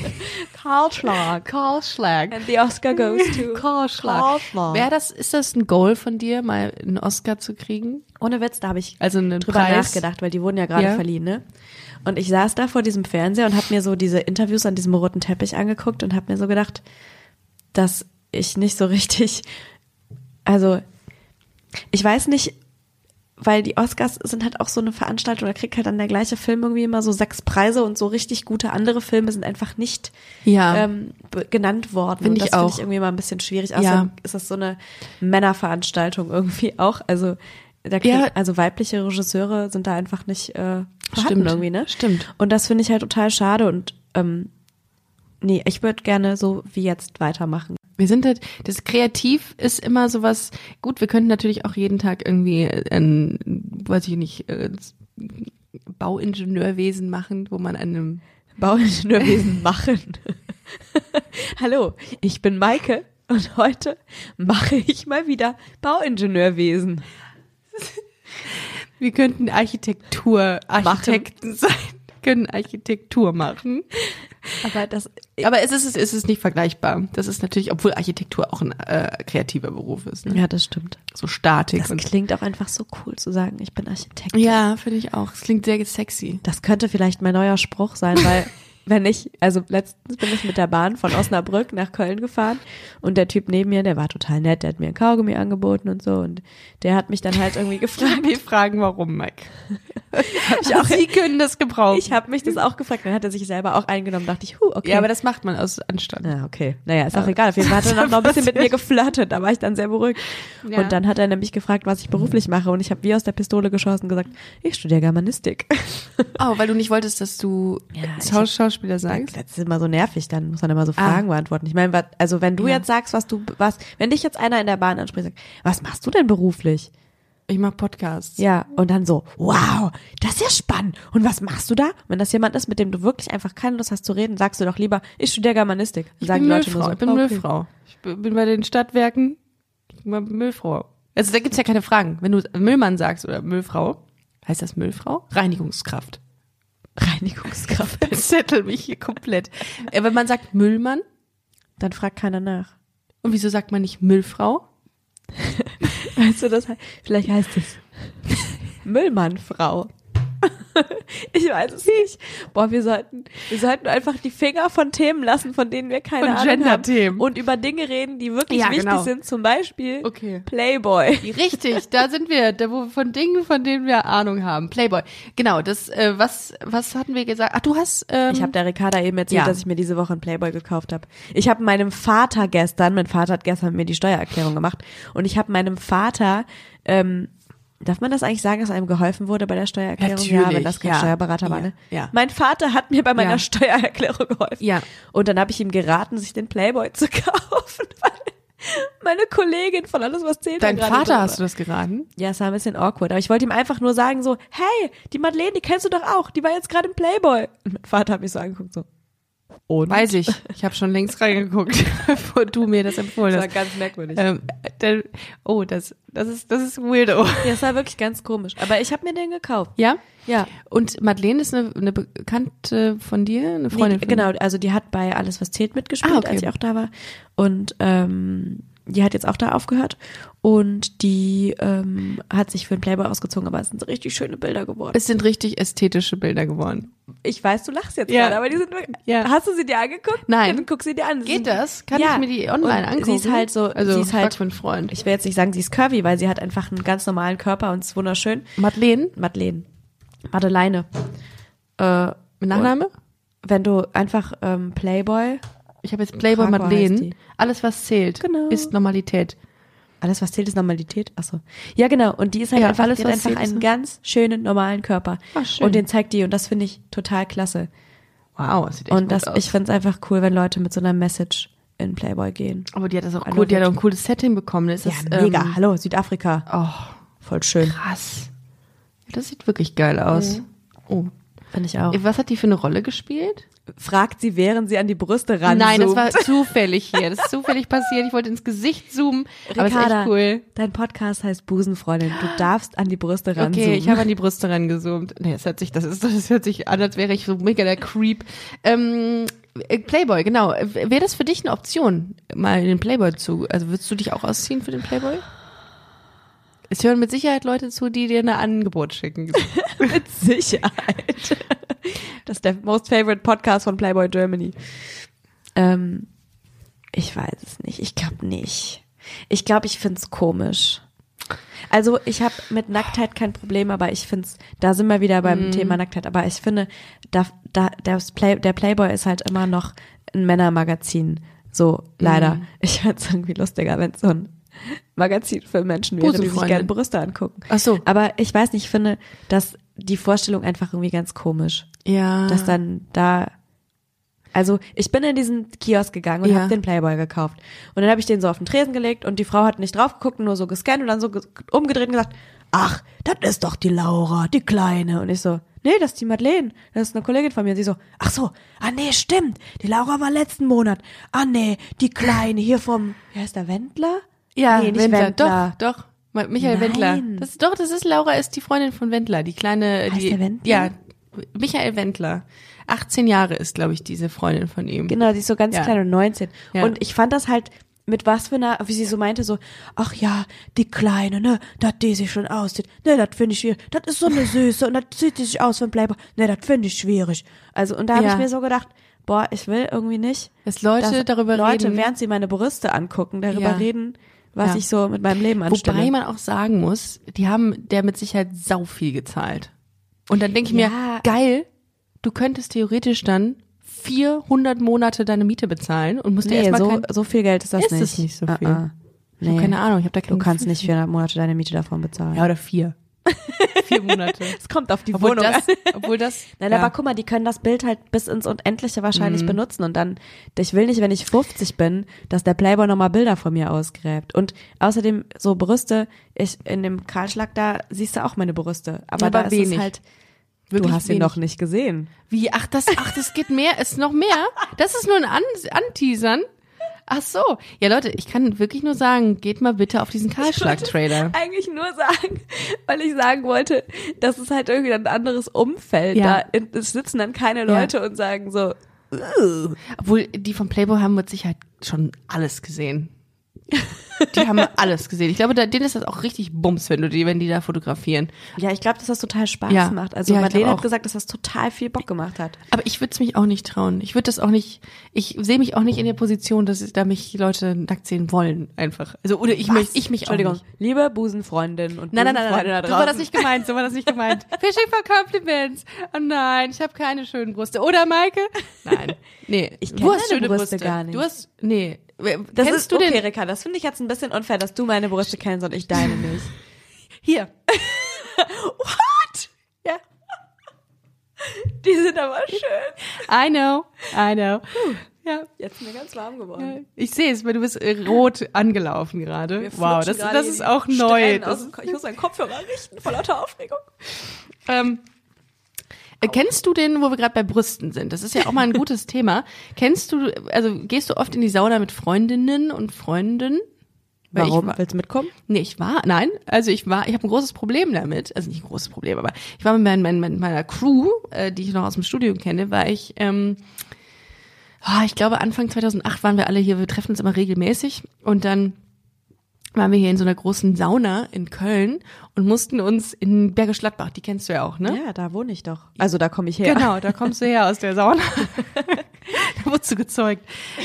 Speaker 3: Kahlschlag.
Speaker 1: Karlschlag.
Speaker 3: And the Oscar goes to
Speaker 1: Karlschlag.
Speaker 3: Karlschlag.
Speaker 1: Wäre das, ist das ein Goal von dir, mal einen Oscar zu kriegen?
Speaker 3: Ohne Witz, da habe ich
Speaker 1: Also einen
Speaker 3: drüber
Speaker 1: Preis?
Speaker 3: nachgedacht, weil die wurden ja gerade
Speaker 1: Ja.
Speaker 3: verliehen, ne? Und ich saß da vor diesem Fernseher und habe mir so diese Interviews an diesem roten Teppich angeguckt und habe mir so gedacht, dass ich nicht so richtig, also ich weiß nicht, weil die Oscars sind halt auch so eine Veranstaltung, da kriegt halt dann der gleiche Film irgendwie immer so sechs Preise und so richtig gute andere Filme sind einfach nicht
Speaker 1: Ja.
Speaker 3: ähm, be- genannt worden.
Speaker 1: Find
Speaker 3: und
Speaker 1: ich
Speaker 3: das finde
Speaker 1: auch.
Speaker 3: ich irgendwie mal ein bisschen schwierig. Außerdem ist das so eine Männerveranstaltung irgendwie auch. Also da krieg,
Speaker 1: Ja.
Speaker 3: also weibliche Regisseure sind da einfach nicht äh, vorhanden
Speaker 1: Stimmt.
Speaker 3: irgendwie, ne?
Speaker 1: Stimmt.
Speaker 3: Und das finde ich halt total schade und ähm, nee, ich würde gerne so wie jetzt weitermachen.
Speaker 1: Wir sind halt, das Kreativ ist immer sowas, gut, wir könnten natürlich auch jeden Tag irgendwie, äh, ein, weiß ich nicht, äh, Bauingenieurwesen machen, wo man an einem
Speaker 3: Bauingenieurwesen machen. Hallo, ich bin Maike und heute mache ich mal wieder Bauingenieurwesen.
Speaker 1: Wir könnten Architektur, Architekten sein, können Architektur machen.
Speaker 3: Aber das,
Speaker 1: Aber es ist, es ist nicht vergleichbar. Das ist natürlich, obwohl Architektur auch ein äh, kreativer Beruf ist. Ne?
Speaker 3: ja, das stimmt.
Speaker 1: So Statik
Speaker 3: Das
Speaker 1: und
Speaker 3: klingt auch einfach so cool zu sagen, ich bin Architekt.
Speaker 1: Ja, finde ich auch. Es klingt sehr sexy.
Speaker 3: Das könnte vielleicht mein neuer Spruch sein, weil wenn ich, also letztens bin ich mit der Bahn von Osnabrück nach Köln gefahren und der Typ neben mir, der war total nett, der hat mir ein Kaugummi angeboten und so und der hat mich dann halt irgendwie gefragt.
Speaker 1: Wir fragen warum, Mike. Sie können das gebrauchen.
Speaker 3: Ich habe mich das auch gefragt, dann hat er sich selber auch eingenommen, dachte ich, huh, okay.
Speaker 1: Ja, aber das macht man aus Anstand.
Speaker 3: Ah, okay. Naja, ist auch egal. Auf jeden Fall hat er noch, noch ein bisschen mit mir geflirtet. Da war ich dann sehr beruhigt.
Speaker 1: Ja.
Speaker 3: Und dann hat er nämlich gefragt, was ich beruflich mache. Und ich habe wie aus der Pistole geschossen gesagt, ich studiere Germanistik.
Speaker 1: Oh, weil du nicht wolltest, dass du
Speaker 3: Ja, ich-
Speaker 1: Schaus Schauspieler sagst?
Speaker 3: Das ist immer so nervig, dann muss man immer so
Speaker 1: Ah.
Speaker 3: Fragen beantworten. Ich meine, was- also wenn du jetzt sagst, was du, was, wenn dich jetzt einer in der Bahn anspricht, sagt, was machst du denn beruflich?
Speaker 1: Ich mache Podcasts.
Speaker 3: Ja, und dann so, wow, das ist ja spannend. Und was machst du da? Wenn das jemand ist, mit dem du wirklich einfach keine Lust hast zu reden, sagst du doch lieber, ich studiere Germanistik.
Speaker 1: Ich
Speaker 3: Sagen
Speaker 1: bin
Speaker 3: die Leute
Speaker 1: Müllfrau.
Speaker 3: nur so,
Speaker 1: ich bin
Speaker 3: okay.
Speaker 1: Müllfrau. Ich b- bin bei den Stadtwerken ich bin mal Müllfrau. Also da gibt's ja keine Fragen. Wenn du Müllmann sagst oder Müllfrau, heißt das Müllfrau? Reinigungskraft.
Speaker 3: Reinigungskraft.
Speaker 1: Zettel mich hier komplett. Äh, Wenn man sagt Müllmann,
Speaker 3: Dann fragt keiner nach.
Speaker 1: und wieso sagt man nicht Müllfrau?
Speaker 3: Weißt du, das he- vielleicht heißt es Müllmannfrau. Ich weiß es nicht. Boah, wir sollten, wir sollten einfach die Finger von Themen lassen, von denen wir keine
Speaker 1: Von
Speaker 3: Ahnung
Speaker 1: Gender-Themen.
Speaker 3: haben. Und über Dinge reden, die wirklich
Speaker 1: Ja,
Speaker 3: wichtig
Speaker 1: genau.
Speaker 3: sind. Zum Beispiel
Speaker 1: Okay.
Speaker 3: Playboy.
Speaker 1: Richtig, da sind wir, da wo von Dingen, von denen wir Ahnung haben. Playboy. Genau, das äh, was was hatten wir gesagt? Ach, du hast ähm,
Speaker 3: Ich habe der Ricarda eben erzählt,
Speaker 1: Ja.
Speaker 3: dass ich mir diese Woche einen Playboy gekauft habe. Ich habe meinem Vater gestern, mein Vater hat gestern mir die Steuererklärung gemacht und ich habe meinem Vater, ähm, darf man das eigentlich sagen, dass einem geholfen wurde bei der Steuererklärung? ja,
Speaker 1: Natürlich,
Speaker 3: wenn das kein
Speaker 1: ja.
Speaker 3: Steuerberater war.
Speaker 1: Ja,
Speaker 3: Ne?
Speaker 1: ja.
Speaker 3: Mein Vater hat mir bei meiner
Speaker 1: Ja.
Speaker 3: Steuererklärung geholfen.
Speaker 1: Ja.
Speaker 3: Und dann habe ich ihm geraten, sich den Playboy zu kaufen. weil Meine Kollegin von alles, was zählt.
Speaker 1: dein
Speaker 3: da gerade
Speaker 1: Vater
Speaker 3: drüber.
Speaker 1: hast du das geraten?
Speaker 3: Ja, es war ein bisschen awkward, aber ich wollte ihm einfach nur sagen so, hey, die Madeleine, die kennst du doch auch, die war jetzt gerade im Playboy. Und mein Vater hat mich so angeguckt so. Und?
Speaker 1: Weiß ich. Ich habe schon längst reingeguckt, bevor du mir das empfohlen
Speaker 3: Das war
Speaker 1: hast.
Speaker 3: ganz merkwürdig.
Speaker 1: Ähm, der, oh, das das ist das ist weirdo.
Speaker 3: Ja, es war wirklich ganz komisch. Aber ich habe mir den gekauft.
Speaker 1: Ja?
Speaker 3: Ja.
Speaker 1: Und Madeleine ist eine, eine Bekannte von dir, eine Freundin
Speaker 3: Nee,
Speaker 1: von
Speaker 3: genau, also die hat bei Alles, was zählt mitgespielt,
Speaker 1: Ah, okay.
Speaker 3: als ich auch da war. Und ähm, die hat jetzt auch da aufgehört. Und die ähm, hat sich für den Playboy ausgezogen, aber es sind richtig schöne Bilder geworden.
Speaker 1: Es sind richtig ästhetische Bilder geworden.
Speaker 3: Ich weiß, du lachst jetzt
Speaker 1: Ja.
Speaker 3: gerade, aber die sind wirklich.
Speaker 1: Ja.
Speaker 3: Hast du sie dir angeguckt?
Speaker 1: Nein.
Speaker 3: Dann guck sie dir an. Sie
Speaker 1: Geht
Speaker 3: sind-
Speaker 1: das? Kann ich mir die online
Speaker 3: Und
Speaker 1: angucken?
Speaker 3: Sie ist halt so,
Speaker 1: also
Speaker 3: sie ist halt
Speaker 1: frag für einen Freund.
Speaker 3: ich will jetzt nicht sagen, sie ist curvy, weil sie hat einfach einen ganz normalen Körper und ist wunderschön.
Speaker 1: Madeleine,
Speaker 3: Madeleine. Madeleine. Äh,
Speaker 1: mit Nachname?
Speaker 3: wenn du einfach ähm, Playboy,
Speaker 1: Ich habe jetzt Playboy
Speaker 3: Krakow heißt
Speaker 1: Madeleine.
Speaker 3: die.
Speaker 1: Alles, was zählt,
Speaker 3: Genau.
Speaker 1: ist Normalität.
Speaker 3: alles was zählt ist Normalität. Achso. Ja, genau. Und die ist halt
Speaker 1: Ja,
Speaker 3: einfach,
Speaker 1: alles,
Speaker 3: die hat
Speaker 1: was
Speaker 3: einfach
Speaker 1: zählt, ist
Speaker 3: einen
Speaker 1: so.
Speaker 3: ganz schönen, normalen Körper.
Speaker 1: Ah, schön.
Speaker 3: Und den zeigt die und das finde ich total klasse.
Speaker 1: Wow, das sieht echt
Speaker 3: und das,
Speaker 1: gut aus.
Speaker 3: ich finde es einfach cool, wenn Leute mit so einer Message in Playboy gehen.
Speaker 1: Aber die hat das auch
Speaker 3: Hallo,
Speaker 1: cool, die hat auch ein
Speaker 3: Welt.
Speaker 1: cooles Setting bekommen. Das ist,
Speaker 3: ja, mega.
Speaker 1: Ähm,
Speaker 3: Hallo, Südafrika.
Speaker 1: oh,
Speaker 3: Voll schön.
Speaker 1: krass. Ja, das sieht wirklich geil
Speaker 3: Mhm.
Speaker 1: aus. Oh.
Speaker 3: Finde ich auch.
Speaker 1: Was hat die für eine Rolle gespielt?
Speaker 3: Fragt sie, während sie an die Brüste ranzoomt.
Speaker 1: Nein, das war zufällig hier. Das ist zufällig passiert. Ich wollte ins Gesicht zoomen, aber es ist
Speaker 3: Ricarda,
Speaker 1: echt cool.
Speaker 3: Dein Podcast heißt Busenfreundin. Du darfst an die Brüste ranzoomen.
Speaker 1: Okay, ich habe an die Brüste rangezoomt. Nee, das hört sich, das ist, das hört sich an, als wäre ich so mega der Creep. Ähm, äh, Playboy, genau. Äh, Wäre das für dich eine Option, mal in den Playboy zu? Also würdest du dich auch ausziehen für den Playboy? Es hören mit Sicherheit Leute zu, die dir ein Angebot schicken.
Speaker 3: Mit Sicherheit. Das ist der most favorite Podcast von Playboy Germany. Ähm, ich weiß es nicht. Ich glaube nicht. Ich glaube, ich find's komisch. Also ich habe mit Nacktheit kein Problem, aber ich find's, da sind wir wieder beim Thema Nacktheit. Aber ich finde, da, da, das Play, der Playboy ist halt immer noch ein Männermagazin. So, leider. Ich find's irgendwie lustiger, wenn so ein Magazin für Menschen wäre, die sich
Speaker 1: Busenfreundin.
Speaker 3: gerne Brüste angucken.
Speaker 1: Ach so.
Speaker 3: Aber ich weiß nicht, ich finde, dass die Vorstellung einfach irgendwie ganz komisch,
Speaker 1: Ja.
Speaker 3: dass dann da also ich bin in diesen Kiosk gegangen und
Speaker 1: Ja.
Speaker 3: hab habe den Playboy gekauft. Und dann habe ich den so auf den Tresen gelegt und die Frau hat nicht drauf geguckt, nur so gescannt und dann so ge- umgedreht und gesagt, ach, das ist doch die Laura, die Kleine. Und ich so, nee, das ist die Madeleine, das ist eine Kollegin von mir. Und sie so, ach so, ah nee, stimmt, die Laura war letzten Monat. Ah nee, die Kleine hier vom, wie heißt der, Wendler?
Speaker 1: ja,
Speaker 3: nee, nicht
Speaker 1: Wendler.
Speaker 3: Wendler.
Speaker 1: Doch, doch. Ma- Michael
Speaker 3: Nein.
Speaker 1: Wendler. Das, doch, das ist Laura, ist die Freundin von Wendler, die kleine,
Speaker 3: Heißt
Speaker 1: die,
Speaker 3: der Wendler?
Speaker 1: ja, Michael Wendler. 18 Jahre ist, glaube ich, diese Freundin von ihm.
Speaker 3: Genau, die ist so ganz
Speaker 1: Ja.
Speaker 3: klein und 19.
Speaker 1: Ja.
Speaker 3: Und ich fand das halt mit was für einer, wie sie so meinte, so, ach ja, die Kleine, ne, dat die sich schon aussieht, ne, das finde ich schwierig, das ist so eine Süße und das sieht die sich aus wie ein Bleiber, ne, das finde ich schwierig. Also, und da habe
Speaker 1: Ja.
Speaker 3: ich mir so gedacht, boah, ich will irgendwie nicht,
Speaker 1: Dass Leute darüber
Speaker 3: Leute,
Speaker 1: reden.
Speaker 3: während sie meine Brüste angucken, darüber
Speaker 1: Ja.
Speaker 3: reden, was
Speaker 1: Ja.
Speaker 3: ich so mit meinem Leben anstelle.
Speaker 1: Wobei man auch sagen muss, die haben der mit Sicherheit sau viel gezahlt. Und dann denke ich mir,
Speaker 3: Ja.
Speaker 1: geil, du könntest theoretisch dann 400 Monate deine Miete bezahlen und musst dir
Speaker 3: nee,
Speaker 1: erstmal
Speaker 3: so,
Speaker 1: kein,
Speaker 3: so viel Geld ist das
Speaker 1: Ist
Speaker 3: nicht.
Speaker 1: es nicht so
Speaker 3: Ah,
Speaker 1: viel?
Speaker 3: ah.
Speaker 1: Ich hab
Speaker 3: Nee.
Speaker 1: keine Ahnung, ich hab da
Speaker 3: Du
Speaker 1: keinen
Speaker 3: kannst
Speaker 1: Gefühl
Speaker 3: nicht vier Monate deine Miete davon bezahlen.
Speaker 1: Ja, oder vier. vier Monate.
Speaker 3: es kommt auf die
Speaker 1: Obwohl
Speaker 3: Wohnung
Speaker 1: das,
Speaker 3: an.
Speaker 1: obwohl das,
Speaker 3: Nein,
Speaker 1: ja. Mhm.
Speaker 3: aber guck mal, die können das Bild halt bis ins Unendliche wahrscheinlich benutzen und dann, ich will nicht, wenn ich 50 bin, dass der Playboy nochmal Bilder von mir ausgräbt. Und außerdem so Brüste, ich, in dem Kahlschlag da siehst du auch meine Brüste. Aber,
Speaker 1: Aber
Speaker 3: da ist
Speaker 1: wenig.
Speaker 3: es halt,
Speaker 1: Wirklich
Speaker 3: du hast
Speaker 1: wenig.
Speaker 3: ihn noch nicht gesehen.
Speaker 1: Wie? Ach, das, ach, das geht mehr, ist noch mehr. Das ist nur ein An Anteasern. Ach so. Ja, Leute, ich kann wirklich nur sagen, geht mal bitte auf diesen Kahlschlag-Trailer.
Speaker 3: Eigentlich nur sagen, weil ich sagen wollte, das ist halt irgendwie ein anderes Umfeld.
Speaker 1: Ja.
Speaker 3: Da in- es sitzen dann keine
Speaker 1: Ja.
Speaker 3: Leute und sagen so,
Speaker 1: Obwohl, die von Playboy haben mit Sicherheit schon alles gesehen. Die haben alles gesehen. Ich glaube, da, denen ist das auch richtig Bums, wenn du die, wenn die da fotografieren.
Speaker 3: ja, ich glaube, dass das total Spaß
Speaker 1: Ja.
Speaker 3: macht. Also
Speaker 1: Ja, ich
Speaker 3: Madeleine
Speaker 1: glaub
Speaker 3: hat
Speaker 1: auch.
Speaker 3: gesagt, dass das total viel Bock gemacht hat.
Speaker 1: Aber ich würde es mich auch nicht trauen. Ich würde das auch nicht, ich sehe mich auch nicht in der Position, dass ich- da mich Leute nackt sehen wollen, einfach. Also, oder ich mich, ich mich
Speaker 3: Entschuldigung,
Speaker 1: auch nicht.
Speaker 3: liebe Busenfreundin und
Speaker 1: Nein, nein, nein,
Speaker 3: Busenfreunde
Speaker 1: nein.
Speaker 3: da
Speaker 1: So war das
Speaker 3: draußen.
Speaker 1: nicht gemeint, so war das nicht gemeint. Fishing for Compliments. Oh nein, ich habe keine schönen Brüste. Oder Maike? Nein. Nee,
Speaker 3: Ich kenn
Speaker 1: du hast
Speaker 3: deine
Speaker 1: schöne
Speaker 3: Brüste gar nicht.
Speaker 1: Du hast nee, Wer-
Speaker 3: Das
Speaker 1: kennst
Speaker 3: ist
Speaker 1: du
Speaker 3: okay,
Speaker 1: den
Speaker 3: Rika, das finde ich jetzt ein bisschen unfair, dass du meine Brüste kennst und ich deine nicht.
Speaker 1: hier?
Speaker 3: What? Ja. Die sind aber schön.
Speaker 1: I know. I know. Ja. äh,
Speaker 3: Jetzt sind wir ganz warm geworden.
Speaker 1: Ich sehe es, weil du bist äh, rot angelaufen gerade.
Speaker 3: Wir
Speaker 1: Wow,
Speaker 3: flutschen
Speaker 1: das,
Speaker 3: gerade
Speaker 1: das
Speaker 3: hier die
Speaker 1: ist auch neu.
Speaker 3: Strähnen aus
Speaker 1: Das,
Speaker 3: dem Ko- ich muss meinen Kopfhörer richten vor lauter Aufregung.
Speaker 1: ähm, äh, kennst du den, wo wir gerade bei Brüsten sind? Das ist ja auch mal ein gutes Thema. Kennst du, also gehst du oft in die Sauna mit Freundinnen und Freunden? Weil ich war-
Speaker 3: Willst du mitkommen?
Speaker 1: Nee, ich war, nein, also ich war, ich habe ein großes Problem damit, also nicht ein großes Problem, aber ich war mit, mein, mein, mit meiner Crew, äh, die ich noch aus dem Studio kenne, war ich, ähm, oh, ich glaube Anfang 2008 waren wir alle hier, wir treffen uns immer regelmäßig und dann waren wir hier in so einer großen Sauna in Köln und mussten uns in Bergisch Gladbach, die kennst du ja auch, ne?
Speaker 3: Ja, da wohne ich doch. Also da komme ich her.
Speaker 1: Genau, da kommst du her aus der Sauna. da wurdest du gezeugt.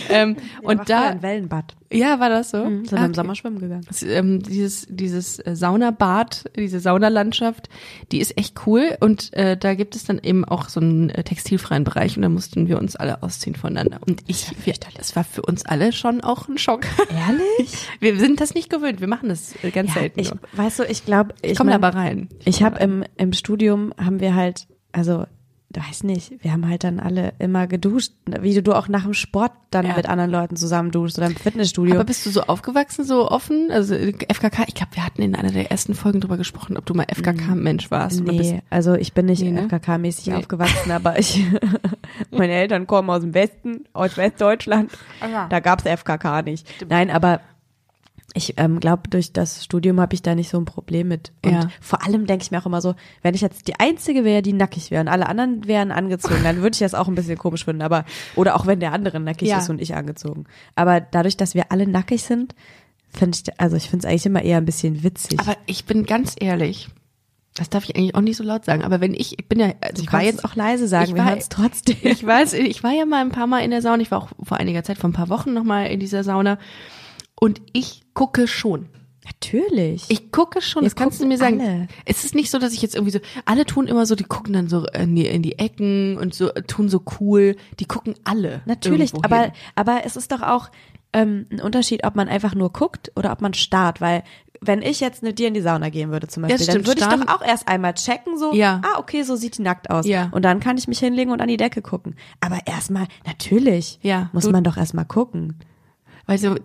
Speaker 1: Ähm, und da,
Speaker 3: ein Wellenbad.
Speaker 1: ja, war das so?
Speaker 3: Sind wir im Sommer schwimmen gegangen.
Speaker 1: Das, ähm, dieses dieses äh, Saunabad, diese Saunalandschaft, die ist echt cool und äh, da gibt es dann eben auch so einen äh, textilfreien Bereich und da mussten wir uns alle ausziehen voneinander. Und ich, wir, das war für uns alle schon auch ein Schock.
Speaker 3: Ehrlich?
Speaker 1: Wir sind das nicht gewöhnt, wir machen das äh, ganz
Speaker 3: Ja,
Speaker 1: selten.
Speaker 3: ich,
Speaker 1: nur.
Speaker 3: weißt du, ich glaube, ich,
Speaker 1: Ich komme da
Speaker 3: mein-
Speaker 1: aber rein.
Speaker 3: Ich habe im, im Studium haben wir halt, also weiß nicht, wir haben halt dann alle immer geduscht, wie du, du auch nach dem Sport dann
Speaker 1: Ja.
Speaker 3: mit anderen Leuten zusammen duschst oder im Fitnessstudio.
Speaker 1: Aber bist du so aufgewachsen, so offen? Also äh, FKK, ich glaube, wir hatten in einer der ersten Folgen drüber gesprochen, ob du mal FKK-Mensch warst oder bist.
Speaker 3: Mhm. nee, also ich bin nicht
Speaker 1: Nee, ne?
Speaker 3: FKK-mäßig
Speaker 1: Nee.
Speaker 3: aufgewachsen, aber ich, meine Eltern kommen aus dem Westen, aus Westdeutschland,
Speaker 1: Ah
Speaker 3: da gab's FKK nicht. Nein, aber ich ähm, glaube, durch das Studium habe ich da nicht so ein Problem mit. Und
Speaker 1: Ja.
Speaker 3: vor allem denke ich mir auch immer so, wenn ich jetzt die Einzige wäre, die nackig wäre und alle anderen wären angezogen, dann würde ich das auch ein bisschen komisch finden. Aber, oder auch wenn der andere nackig
Speaker 1: Ja.
Speaker 3: ist und ich angezogen. Aber dadurch, dass wir alle nackig sind, finde ich, also ich finde es eigentlich immer eher ein bisschen witzig. Also
Speaker 1: Aber ich bin ganz ehrlich, das darf ich eigentlich auch nicht so laut sagen, aber wenn ich, ich bin ja, also
Speaker 3: du
Speaker 1: ich war
Speaker 3: kannst
Speaker 1: jetzt
Speaker 3: es auch leise sagen,
Speaker 1: ich
Speaker 3: wir
Speaker 1: war-
Speaker 3: hören es trotzdem.
Speaker 1: Ich weiß, ich war ja mal ein paar Mal in der Sauna. Ich war auch vor einiger Zeit, vor ein paar Wochen nochmal in dieser Sauna. Und ich gucke schon.
Speaker 3: Natürlich.
Speaker 1: Ich gucke schon,
Speaker 3: Wir
Speaker 1: das kannst du
Speaker 3: gucken
Speaker 1: mir sagen.
Speaker 3: alle.
Speaker 1: Es ist nicht so, dass ich jetzt irgendwie so, alle tun immer so, die gucken dann so in die, in die Ecken und so, tun so cool. Die gucken alle.
Speaker 3: Natürlich,
Speaker 1: irgendwo
Speaker 3: aber,
Speaker 1: hin.
Speaker 3: aber es ist doch auch ähm, ein Unterschied, ob man einfach nur guckt oder ob man starrt, weil wenn ich jetzt mit dir in die Sauna gehen würde zum
Speaker 1: Ja,
Speaker 3: Beispiel,
Speaker 1: stimmt,
Speaker 3: dann würde ich
Speaker 1: starren-
Speaker 3: doch auch erst einmal checken, so,
Speaker 1: Ja.
Speaker 3: ah, okay, so sieht die nackt aus.
Speaker 1: Ja.
Speaker 3: Und dann kann ich mich hinlegen und an die Decke gucken. Aber erstmal, natürlich,
Speaker 1: Ja,
Speaker 3: muss
Speaker 1: du-
Speaker 3: man doch erstmal gucken.
Speaker 1: Weil so,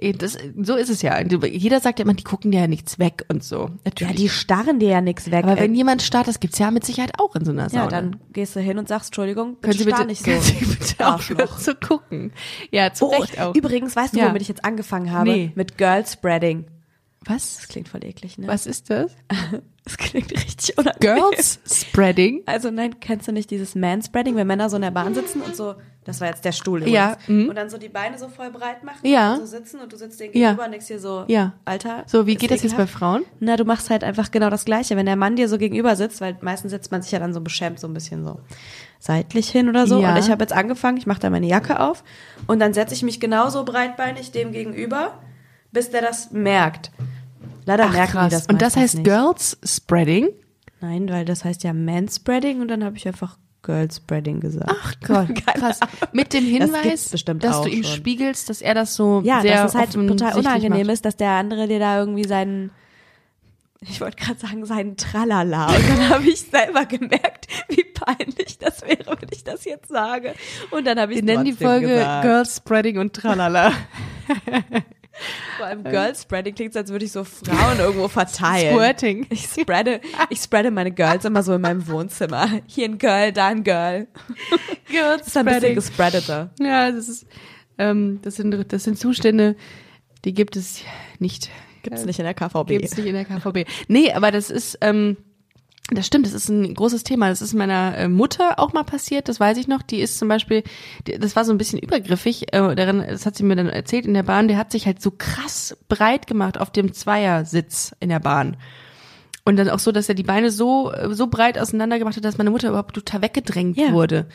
Speaker 1: äh, das, so ist es ja. Jeder sagt ja immer, die gucken dir ja nichts weg und so.
Speaker 3: Ja,
Speaker 1: Natürlich.
Speaker 3: die starren dir ja nichts weg.
Speaker 1: aber wenn
Speaker 3: Äh,
Speaker 1: jemand starrt, das gibt's ja mit Sicherheit auch in so einer Sauna.
Speaker 3: ja, dann gehst du hin und sagst, Entschuldigung,
Speaker 1: können
Speaker 3: bitte
Speaker 1: Sie bitte,
Speaker 3: starr nicht
Speaker 1: können Sie
Speaker 3: so.
Speaker 1: bitte aufhören
Speaker 3: Arschloch.
Speaker 1: zu gucken. Ja, zu
Speaker 3: Oh,
Speaker 1: Recht auch.
Speaker 3: übrigens, weißt du,
Speaker 1: Ja.
Speaker 3: womit ich jetzt angefangen habe?
Speaker 1: Nee.
Speaker 3: Mit Girl Spreading.
Speaker 1: Was?
Speaker 3: Das klingt voll eklig, ne?
Speaker 1: Was ist das?
Speaker 3: Das klingt richtig unangenehm.
Speaker 1: Girls Spreading.
Speaker 3: Also nein, kennst du nicht dieses Manspreading, wenn Männer so in der Bahn sitzen und so, das war jetzt der Stuhl übrigens,
Speaker 1: Ja, mhm.
Speaker 3: und dann so die Beine so voll breit machen
Speaker 1: Ja.
Speaker 3: und dann so sitzen und du sitzt denen
Speaker 1: Ja.
Speaker 3: gegenüber und denkst dir so,
Speaker 1: Ja.
Speaker 3: Alter.
Speaker 1: So, wie
Speaker 3: ist
Speaker 1: geht das jetzt bei
Speaker 3: ekelhaft.
Speaker 1: Frauen?
Speaker 3: Na, du machst halt einfach genau das Gleiche. Wenn der Mann dir so gegenüber sitzt, weil meistens sitzt man sich ja dann so beschämt, so ein bisschen so seitlich hin oder so.
Speaker 1: Ja.
Speaker 3: Und ich habe jetzt angefangen, ich mache da meine Jacke auf und dann setze ich mich genauso breitbeinig dem gegenüber, bis der das merkt. Leider merken die das
Speaker 1: Und das
Speaker 3: meistens
Speaker 1: heißt
Speaker 3: nicht.
Speaker 1: Girls Spreading.
Speaker 3: Nein, weil das heißt ja Manspreading und dann habe ich einfach Girlspreading gesagt.
Speaker 1: Ach Gott,
Speaker 3: Keine
Speaker 1: krass.
Speaker 3: Ahnung.
Speaker 1: Mit dem
Speaker 3: das
Speaker 1: Hinweis,
Speaker 3: gibt's bestimmt
Speaker 1: dass
Speaker 3: auch
Speaker 1: du ihm
Speaker 3: schon.
Speaker 1: spiegelst, dass er das so
Speaker 3: Ja,
Speaker 1: sehr
Speaker 3: dass es halt total
Speaker 1: offensichtlich
Speaker 3: unangenehm
Speaker 1: macht.
Speaker 3: ist, dass der andere dir da irgendwie seinen, ich wollte gerade sagen, seinen Tralala. Und dann habe ich selber gemerkt, wie peinlich das wäre, wenn ich das jetzt sage. Und dann habe ich
Speaker 1: Wir nennen die Folge Girls Spreading und Tralala.
Speaker 3: Vor allem Girl-Spreading klingt, so, als würde ich so Frauen irgendwo verteilen.
Speaker 1: Squirting.
Speaker 3: Ich spreade, ich spreade meine Girls immer so in meinem Wohnzimmer. Hier ein Girl, da ein Girl.
Speaker 1: Girls
Speaker 3: Das ist ein bisschen gespreadeter.
Speaker 1: Ja, das ist, ähm, das sind, das sind Zustände, die gibt es nicht. Äh,
Speaker 3: Gibt's nicht in der KVB.
Speaker 1: Gibt es nicht in der KVB. Nee, aber das ist, ähm, das stimmt, das ist ein großes Thema. Das ist meiner äh, Mutter auch mal passiert, das weiß ich noch. Die ist zum Beispiel, die, das war so ein bisschen übergriffig, äh, darin, das hat sie mir dann erzählt in der Bahn, der hat sich halt so krass breit gemacht auf dem Zweiersitz in der Bahn. Und dann auch so, dass er die Beine so, äh, so breit auseinander gemacht hat, dass meine Mutter überhaupt total weggedrängt
Speaker 3: Ja.
Speaker 1: wurde.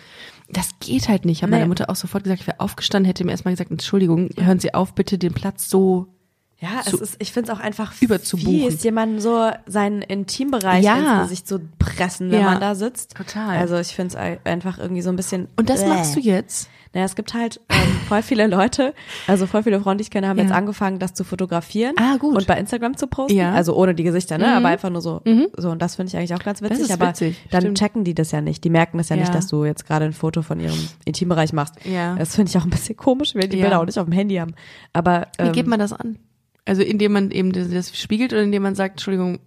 Speaker 1: Das geht halt nicht. Ich habe
Speaker 3: Nee.
Speaker 1: meiner Mutter auch sofort gesagt, ich wäre aufgestanden, hätte mir erstmal gesagt, Entschuldigung, hören Sie auf, bitte den Platz so
Speaker 3: Ja, es
Speaker 1: zu-
Speaker 3: ist, ich finde es auch einfach
Speaker 1: überzubuchen.
Speaker 3: fies, jemanden so seinen Intimbereich
Speaker 1: Ja.
Speaker 3: ins Gesicht zu pressen, wenn
Speaker 1: Ja.
Speaker 3: man da sitzt.
Speaker 1: Total.
Speaker 3: Also ich finde es einfach irgendwie so ein bisschen.
Speaker 1: Und das
Speaker 3: bäh.
Speaker 1: machst du jetzt?
Speaker 3: Naja, es gibt halt ähm, voll viele Leute, also voll viele Freunde, die ich kenne, haben
Speaker 1: Ja.
Speaker 3: jetzt angefangen, das zu fotografieren
Speaker 1: Ah, gut.
Speaker 3: und bei Instagram zu posten.
Speaker 1: Ja. Mhm.
Speaker 3: Also ohne die Gesichter, ne? Aber einfach nur so. So, und das finde ich eigentlich auch ganz witzig.
Speaker 1: ist
Speaker 3: aber
Speaker 1: witzig,
Speaker 3: dann
Speaker 1: stimmt.
Speaker 3: checken die das ja nicht. Die merken das ja,
Speaker 1: Ja.
Speaker 3: nicht, dass du jetzt gerade ein Foto von ihrem Intimbereich machst.
Speaker 1: Ja.
Speaker 3: Das finde ich auch ein bisschen komisch, wenn die
Speaker 1: Ja.
Speaker 3: Bilder auch nicht auf dem Handy haben. Aber
Speaker 1: Wie
Speaker 3: ähm,
Speaker 1: geht man das an? Also indem man eben das, das spiegelt oder indem man sagt, Entschuldigung,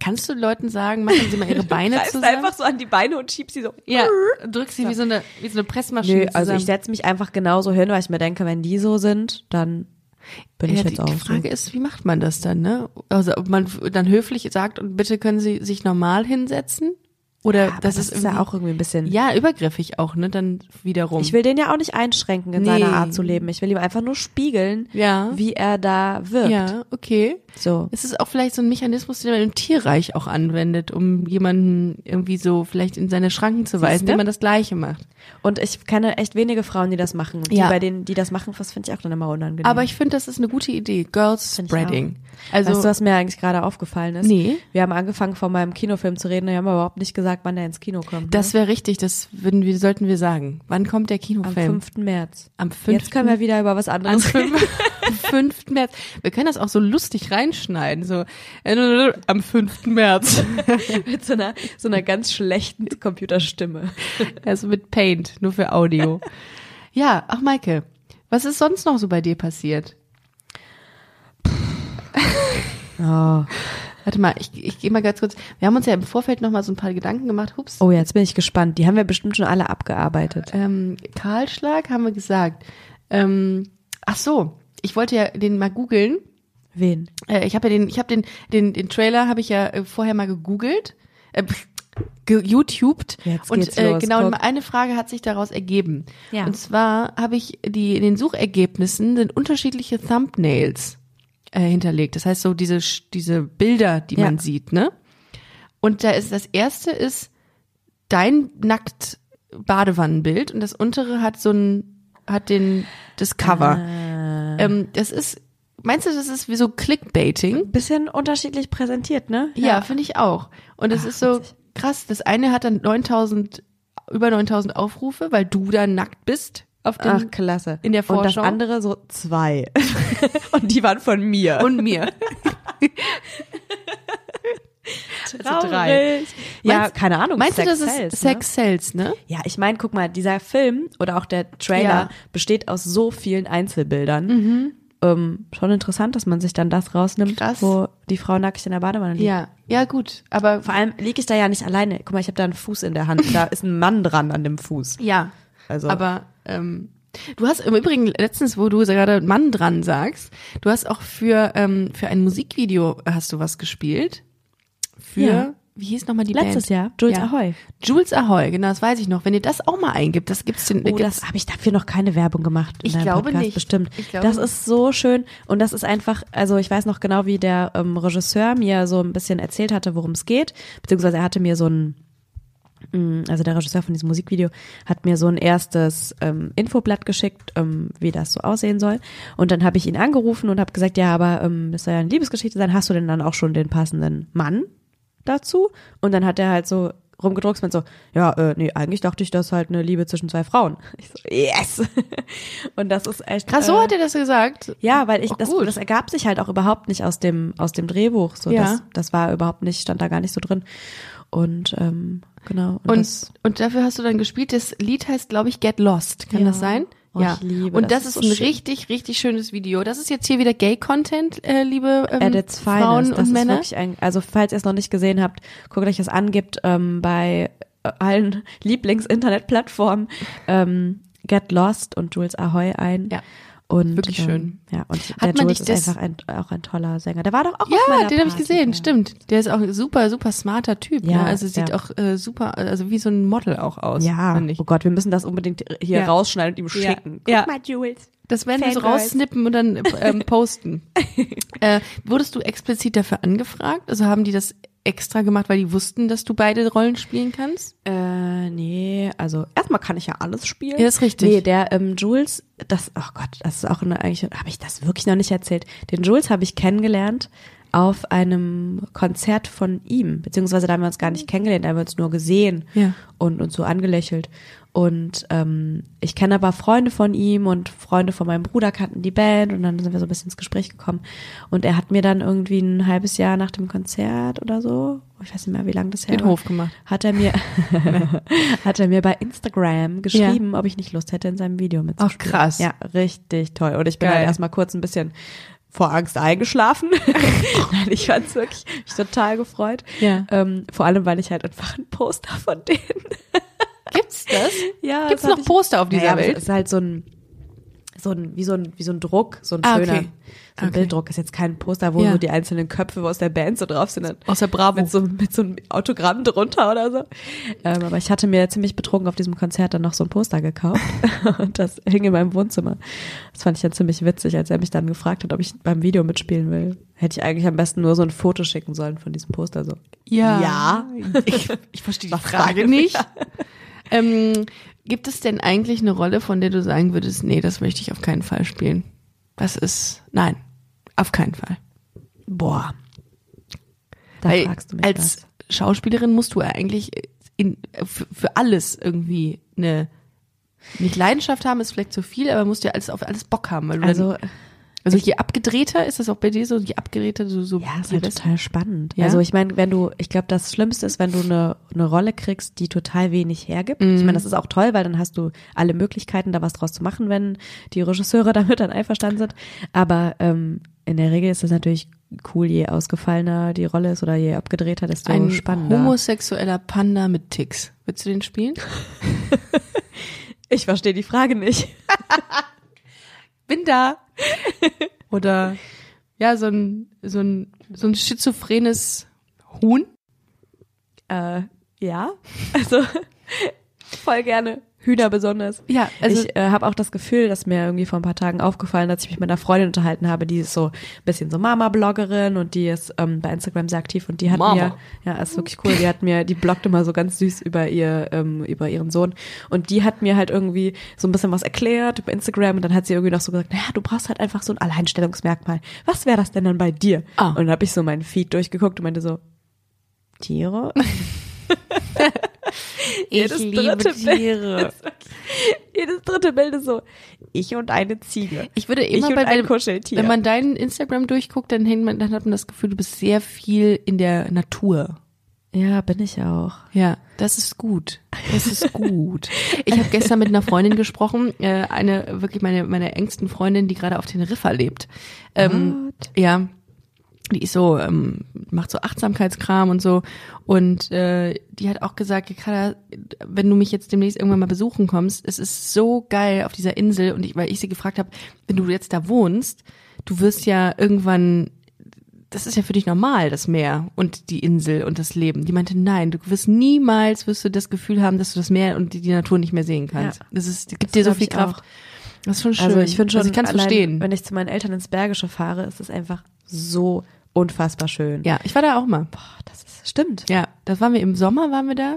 Speaker 1: kannst du Leuten sagen, machen Sie mal Ihre Beine
Speaker 3: greifst
Speaker 1: zusammen?
Speaker 3: einfach so an die Beine und schiebst sie so.
Speaker 1: ja, drückst sie wie so eine, wie so eine Pressmaschine
Speaker 3: Nö, also
Speaker 1: zusammen.
Speaker 3: ich setze mich einfach genauso hin, weil ich mir denke, wenn die so sind, dann bin ich
Speaker 1: ja,
Speaker 3: jetzt ne?
Speaker 1: die,
Speaker 3: auch
Speaker 1: die Frage ist, wie macht man das dann, ne? Also ob man f- dann höflich sagt und bitte können Sie sich normal hinsetzen? Oder
Speaker 3: so. Ja, aber
Speaker 1: das,
Speaker 3: das ist
Speaker 1: irgendwie,
Speaker 3: ja auch irgendwie ein bisschen.
Speaker 1: ja übergriffig auch, ne? Dann wiederum.
Speaker 3: Ich will den ja auch nicht einschränken in
Speaker 1: Nee.
Speaker 3: seiner Art zu leben. Ich will ihm einfach nur spiegeln,
Speaker 1: Ja.
Speaker 3: wie er da wirkt.
Speaker 1: ja, okay.
Speaker 3: So.
Speaker 1: Es ist auch vielleicht so ein Mechanismus, den man im Tierreich auch anwendet, um jemanden irgendwie so vielleicht in seine Schranken zu weisen,
Speaker 3: Siehste?
Speaker 1: wenn man das Gleiche macht.
Speaker 3: Und ich kenne echt wenige Frauen, die das machen. Und die,
Speaker 1: Ja.
Speaker 3: bei denen, die das machen, das finde ich auch dann immer unangenehm.
Speaker 1: Aber ich finde, das ist eine gute Idee. Girls
Speaker 3: Genau. Find ich
Speaker 1: Spreading.
Speaker 3: also,
Speaker 1: Also
Speaker 3: weißt du, was mir eigentlich gerade aufgefallen ist?
Speaker 1: Nee.
Speaker 3: Wir haben angefangen, von meinem Kinofilm zu reden, wir haben aber überhaupt nicht gesagt, wann der ins Kino kommt.
Speaker 1: das
Speaker 3: ne?
Speaker 1: wäre richtig, das würden wir, sollten wir sagen. Wann kommt der
Speaker 3: am
Speaker 1: Kinofilm?
Speaker 3: 5. März.
Speaker 1: Am 5.
Speaker 3: Jetzt können wir wieder über was
Speaker 1: am
Speaker 3: anderes reden.
Speaker 1: 5. am 5. März. Wir können das auch so lustig reinschneiden, so äh, am 5. März.
Speaker 3: mit so einer, so einer ganz schlechten Computerstimme.
Speaker 1: Also mit Paint, nur für Audio. Ja, ach Maike, was ist sonst noch so bei dir passiert?
Speaker 3: Oh,
Speaker 1: Warte mal, ich, ich gehe mal ganz kurz. Wir haben uns ja im Vorfeld noch mal so ein paar Gedanken gemacht. Hups.
Speaker 3: oh jetzt bin ich gespannt. Die haben wir bestimmt schon alle abgearbeitet.
Speaker 1: Ähm, Kahlschlag haben wir gesagt. Ähm, ach so, ich wollte ja den mal googeln.
Speaker 3: Wen?
Speaker 1: Äh, ich habe ja den, ich habe den, den, den Trailer habe ich ja äh, vorher mal gegoogelt, äh, pff, ge YouTubed.
Speaker 3: Jetzt
Speaker 1: und
Speaker 3: geht's
Speaker 1: äh,
Speaker 3: los,
Speaker 1: genau
Speaker 3: guck.
Speaker 1: eine Frage hat sich daraus ergeben.
Speaker 3: Ja.
Speaker 1: Und zwar habe ich die in den Suchergebnissen sind unterschiedliche Thumbnails äh, hinterlegt. Das heißt so diese Sch- diese Bilder, die
Speaker 3: Ja.
Speaker 1: man sieht, ne? Und da ist das erste ist dein nackt Badewannenbild und das untere hat so ein hat den das Cover.
Speaker 3: Ah.
Speaker 1: Ähm, das ist meinst du, das ist wie so Clickbaiting?
Speaker 3: Bisschen unterschiedlich präsentiert, ne?
Speaker 1: Ja, finde ich auch. Und
Speaker 3: Ah,
Speaker 1: es ist so krass. Das eine hat dann 9000 über 9000 Aufrufe, weil du da nackt bist auf dem
Speaker 3: Ach, klasse.
Speaker 1: in der
Speaker 3: Und das
Speaker 1: Vorschau.
Speaker 3: andere so zwei. und die waren von mir.
Speaker 1: und mir.
Speaker 3: also drei.
Speaker 1: Traurig.
Speaker 3: Ja,
Speaker 1: Meinst-
Speaker 3: keine Ahnung.
Speaker 1: Meinst du,
Speaker 3: Sex
Speaker 1: das ist
Speaker 3: sells,
Speaker 1: Sex sells, ne?
Speaker 3: Ne? Ja, ich meine, guck mal, dieser Film oder auch der Trailer
Speaker 1: Ja. Mhm.
Speaker 3: besteht aus so vielen Einzelbildern. Ähm, schon interessant, dass man sich dann das rausnimmt,
Speaker 1: Krass.
Speaker 3: wo die Frau nackig in der Badewanne liegt.
Speaker 1: Ja, ja gut, aber
Speaker 3: Vor allem liege ich da ja nicht alleine. Guck mal, ich habe da einen Fuß in der Hand. Da ist ein Mann dran an dem Fuß.
Speaker 1: ja,
Speaker 3: Also
Speaker 1: aber ähm, du hast im Übrigen letztens, wo du gerade Mann dran sagst, du hast auch für ähm, für ein Musikvideo hast du was gespielt. für,
Speaker 3: Ja.
Speaker 1: wie hieß nochmal die
Speaker 3: Letztes
Speaker 1: Band?
Speaker 3: Jahr, Jules
Speaker 1: Ja.
Speaker 3: Ahoy.
Speaker 1: Jules Ahoy, genau, das weiß ich noch. Wenn ihr das auch mal eingibt, das gibt's den.
Speaker 3: Oh, das habe ich dafür noch keine Werbung gemacht. In
Speaker 1: Ich
Speaker 3: deinem
Speaker 1: glaube
Speaker 3: Podcast
Speaker 1: nicht.
Speaker 3: Bestimmt.
Speaker 1: Ich glaube
Speaker 3: das
Speaker 1: nicht.
Speaker 3: ist so schön und das ist einfach, also ich weiß noch genau, wie der ähm, Regisseur mir so ein bisschen erzählt hatte, worum es geht, beziehungsweise er hatte mir so ein mm, also der Regisseur von diesem Musikvideo hat mir so ein erstes ähm, Infoblatt geschickt, ähm, wie das so aussehen soll. Und dann habe ich ihn angerufen und habe gesagt, ja, aber ähm, das soll ja eine Liebesgeschichte sein. Hast du denn dann auch schon den passenden Mann dazu? Und dann hat er halt so rumgedruckst mit so, ja, äh, nee, eigentlich dachte ich, das ist halt eine Liebe zwischen zwei Frauen. Ich so, yes! und das ist echt
Speaker 1: Krass, so
Speaker 3: äh,
Speaker 1: hat er das gesagt.
Speaker 3: ja, weil ich
Speaker 1: Oh,
Speaker 3: das,
Speaker 1: gut.
Speaker 3: das ergab sich halt auch überhaupt nicht aus dem aus dem Drehbuch. So,
Speaker 1: Ja.
Speaker 3: das, das war überhaupt nicht, stand da gar nicht so drin. Und ähm, genau.
Speaker 1: Und,
Speaker 3: das,
Speaker 1: und dafür hast du dann gespielt. Das Lied heißt, glaube ich, Get Lost. Kann
Speaker 3: Ja.
Speaker 1: das sein?
Speaker 3: Oh, ich liebe
Speaker 1: und das,
Speaker 3: das.
Speaker 1: ist
Speaker 3: Das ist
Speaker 1: ein
Speaker 3: so schön.
Speaker 1: richtig, richtig schönes Video. Das ist jetzt hier wieder Gay-Content, äh, liebe ähm,
Speaker 3: at its finest,
Speaker 1: Frauen
Speaker 3: das
Speaker 1: und
Speaker 3: ist
Speaker 1: Männer.
Speaker 3: wirklich ein, also falls ihr es noch nicht gesehen habt, guckt euch das an, gibt ähm, bei äh, allen Lieblings-Internet-Plattformen ähm, Get Lost und Jules Ahoy ein.
Speaker 1: Ja.
Speaker 3: Und,
Speaker 1: Wirklich
Speaker 3: ähm,
Speaker 1: schön.
Speaker 3: Ja, und
Speaker 1: man
Speaker 3: der Jules
Speaker 1: nicht
Speaker 3: ist
Speaker 1: das-
Speaker 3: einfach ein, auch ein toller Sänger. Der war doch auch auf
Speaker 1: Ja,
Speaker 3: meiner
Speaker 1: den habe ich
Speaker 3: Party,
Speaker 1: gesehen,
Speaker 3: ja.
Speaker 1: stimmt. Der ist auch ein super, super smarter Typ.
Speaker 3: Ja,
Speaker 1: ne? Also sieht
Speaker 3: ja.
Speaker 1: auch äh, super, also wie so ein Model auch aus.
Speaker 3: Ja,
Speaker 1: finde ich.
Speaker 3: oh Gott, wir müssen das unbedingt hier
Speaker 1: Ja.
Speaker 3: rausschneiden und ihm schicken. Guck
Speaker 1: Ja.
Speaker 3: mal, Jules.
Speaker 1: Das werden wir so
Speaker 3: Fangirls.
Speaker 1: raussnippen und dann ähm, posten. äh, wurdest du explizit dafür angefragt? Also haben die das extra gemacht, weil die wussten, dass du beide Rollen spielen kannst?
Speaker 3: Äh, nee, also erstmal kann ich ja alles spielen.
Speaker 1: Ja, ist richtig.
Speaker 3: Nee, der ähm, Jules, das, oh Gott, das ist auch eine, eigentlich, habe ich das wirklich noch nicht erzählt. Den Jules habe ich kennengelernt auf einem Konzert von ihm, beziehungsweise da haben wir uns gar nicht kennengelernt, da haben wir uns nur gesehen
Speaker 1: Ja.
Speaker 3: und uns so angelächelt. Und ähm, ich kenne aber Freunde von ihm und Freunde von meinem Bruder kannten die Band und dann sind wir so ein bisschen ins Gespräch gekommen. Und er hat mir dann irgendwie ein halbes Jahr nach dem Konzert oder so, ich weiß nicht mehr, wie lange das her
Speaker 1: Den
Speaker 3: war,
Speaker 1: Hof gemacht.
Speaker 3: hat er mir hat er mir bei Instagram geschrieben, ob ich nicht Lust hätte, in seinem Video mitzuspielen.
Speaker 1: Ach, krass.
Speaker 3: Ja, richtig toll. Und ich bin
Speaker 1: Geil.
Speaker 3: halt erstmal kurz ein bisschen vor Angst eingeschlafen. Nein, ich fand's wirklich mich total gefreut.
Speaker 1: Ja.
Speaker 3: Ähm, vor allem, weil ich halt einfach ein Poster von denen.
Speaker 1: Gibt's das?
Speaker 3: Ja,
Speaker 1: Gibt's
Speaker 3: das
Speaker 1: noch
Speaker 3: hab ich-
Speaker 1: Poster auf dieser
Speaker 3: naja, aber
Speaker 1: Welt?
Speaker 3: Es ist halt so ein so ein wie so ein wie so ein Druck, so ein
Speaker 1: Ah,
Speaker 3: schöner
Speaker 1: okay.
Speaker 3: so ein
Speaker 1: Okay.
Speaker 3: Bilddruck ist jetzt kein Poster, wo
Speaker 1: Ja.
Speaker 3: so die einzelnen Köpfe aus der Band so drauf sind.
Speaker 1: Aus der Bravo.
Speaker 3: Mit so, mit so einem Autogramm drunter oder so. Ähm, aber ich hatte mir ziemlich betrunken auf diesem Konzert dann noch so ein Poster gekauft. Und das hing in meinem Wohnzimmer. Das fand ich dann ziemlich witzig, als er mich dann gefragt hat, ob ich beim Video mitspielen will. Hätte ich eigentlich am besten nur so ein Foto schicken sollen von diesem Poster. So.
Speaker 1: Ja. Ich, ich verstehe die
Speaker 3: Was
Speaker 1: Frage
Speaker 3: fragen
Speaker 1: nicht. Ähm, gibt es denn eigentlich eine Rolle, von der du sagen würdest, nee, das möchte ich auf keinen Fall spielen? Das ist, nein, auf keinen Fall.
Speaker 3: Boah. Da
Speaker 1: Weil
Speaker 3: fragst du mich was.
Speaker 1: als Schauspielerin musst du ja eigentlich in, für, für alles irgendwie eine nicht Leidenschaft haben, ist vielleicht zu viel, aber musst ja alles auf alles Bock haben. Weil du
Speaker 3: Also,
Speaker 1: dann, also je abgedrehter ist das auch bei dir so, je abgedrehter du so.
Speaker 3: ja, ist
Speaker 1: je
Speaker 3: halt
Speaker 1: besser-
Speaker 3: total spannend.
Speaker 1: Ja?
Speaker 3: Also ich meine, wenn du, ich glaube, das Schlimmste ist, wenn du eine eine Rolle kriegst, die total wenig hergibt.
Speaker 1: Mhm.
Speaker 3: Ich meine, das ist auch toll, weil dann hast du alle Möglichkeiten, da was draus zu machen, wenn die Regisseure damit dann einverstanden sind. Aber ähm, in der Regel ist das natürlich cool, je ausgefallener die Rolle ist oder je abgedrehter, desto
Speaker 1: ein
Speaker 3: spannender.
Speaker 1: homosexueller Panda mit Ticks. Willst du den spielen?
Speaker 3: ich verstehe die Frage nicht.
Speaker 1: Bin da. Oder ja, so ein so ein so ein schizophrenes Huhn.
Speaker 3: Äh, ja, also voll gerne. Hühner besonders.
Speaker 1: Ja, also-
Speaker 3: ich äh, habe auch das Gefühl, dass mir irgendwie vor ein paar Tagen aufgefallen, dass ich mich mit einer Freundin unterhalten habe, die ist so ein bisschen so Mama-Bloggerin und die ist ähm, bei Instagram sehr aktiv und die hat
Speaker 1: Mama.
Speaker 3: mir, ja, ist wirklich cool, die hat mir, die bloggt immer so ganz süß über ihr, ähm, über ihren Sohn und die hat mir halt irgendwie so ein bisschen was erklärt über Instagram und dann hat sie irgendwie noch so gesagt, naja, du brauchst halt einfach so ein Alleinstellungsmerkmal. Was wäre das denn dann bei dir?
Speaker 1: Ah.
Speaker 3: Und dann habe ich so meinen Feed durchgeguckt und meinte so, Tiere? Jedes dritte Bild. Jedes dritte Bild ist so, ich und eine Ziege.
Speaker 1: Ich würde immer
Speaker 3: ich
Speaker 1: bei
Speaker 3: und ein
Speaker 1: deinem,
Speaker 3: Kuscheltier.
Speaker 1: wenn man deinen Instagram durchguckt, dann, hängt man, dann hat man das Gefühl, du bist sehr viel in der Natur.
Speaker 3: ja, bin ich auch.
Speaker 1: Ja, das ist gut. Das ist gut. Ich habe gestern mit einer Freundin gesprochen, äh, eine wirklich meine meine engsten Freundin, die gerade auf Teneriffa lebt. Ähm, ja, die ist so ähm, macht so Achtsamkeitskram und so und äh, die hat auch gesagt, Ricarda, wenn du mich jetzt demnächst irgendwann mal besuchen kommst, es ist so geil auf dieser Insel und ich, weil ich sie gefragt habe, wenn du jetzt da wohnst, du wirst ja irgendwann das ist ja für dich normal, das Meer und die Insel und das Leben. Die meinte, nein, du wirst niemals, wirst du das Gefühl haben, dass du das Meer und die, die Natur nicht mehr sehen kannst.
Speaker 3: Ja.
Speaker 1: Das ist, gibt
Speaker 3: Das
Speaker 1: dir so
Speaker 3: glaub
Speaker 1: viel
Speaker 3: ich
Speaker 1: Kraft.
Speaker 3: auch.
Speaker 1: Das ist schon schön.
Speaker 3: Also ich finde schon,
Speaker 1: also ich kann es
Speaker 3: allein,
Speaker 1: verstehen.
Speaker 3: wenn ich zu meinen Eltern ins Bergische fahre, ist es einfach so unfassbar schön.
Speaker 1: Ja, ich war da auch mal.
Speaker 3: Boah, das ist, stimmt.
Speaker 1: Ja, das waren wir im Sommer, waren wir da.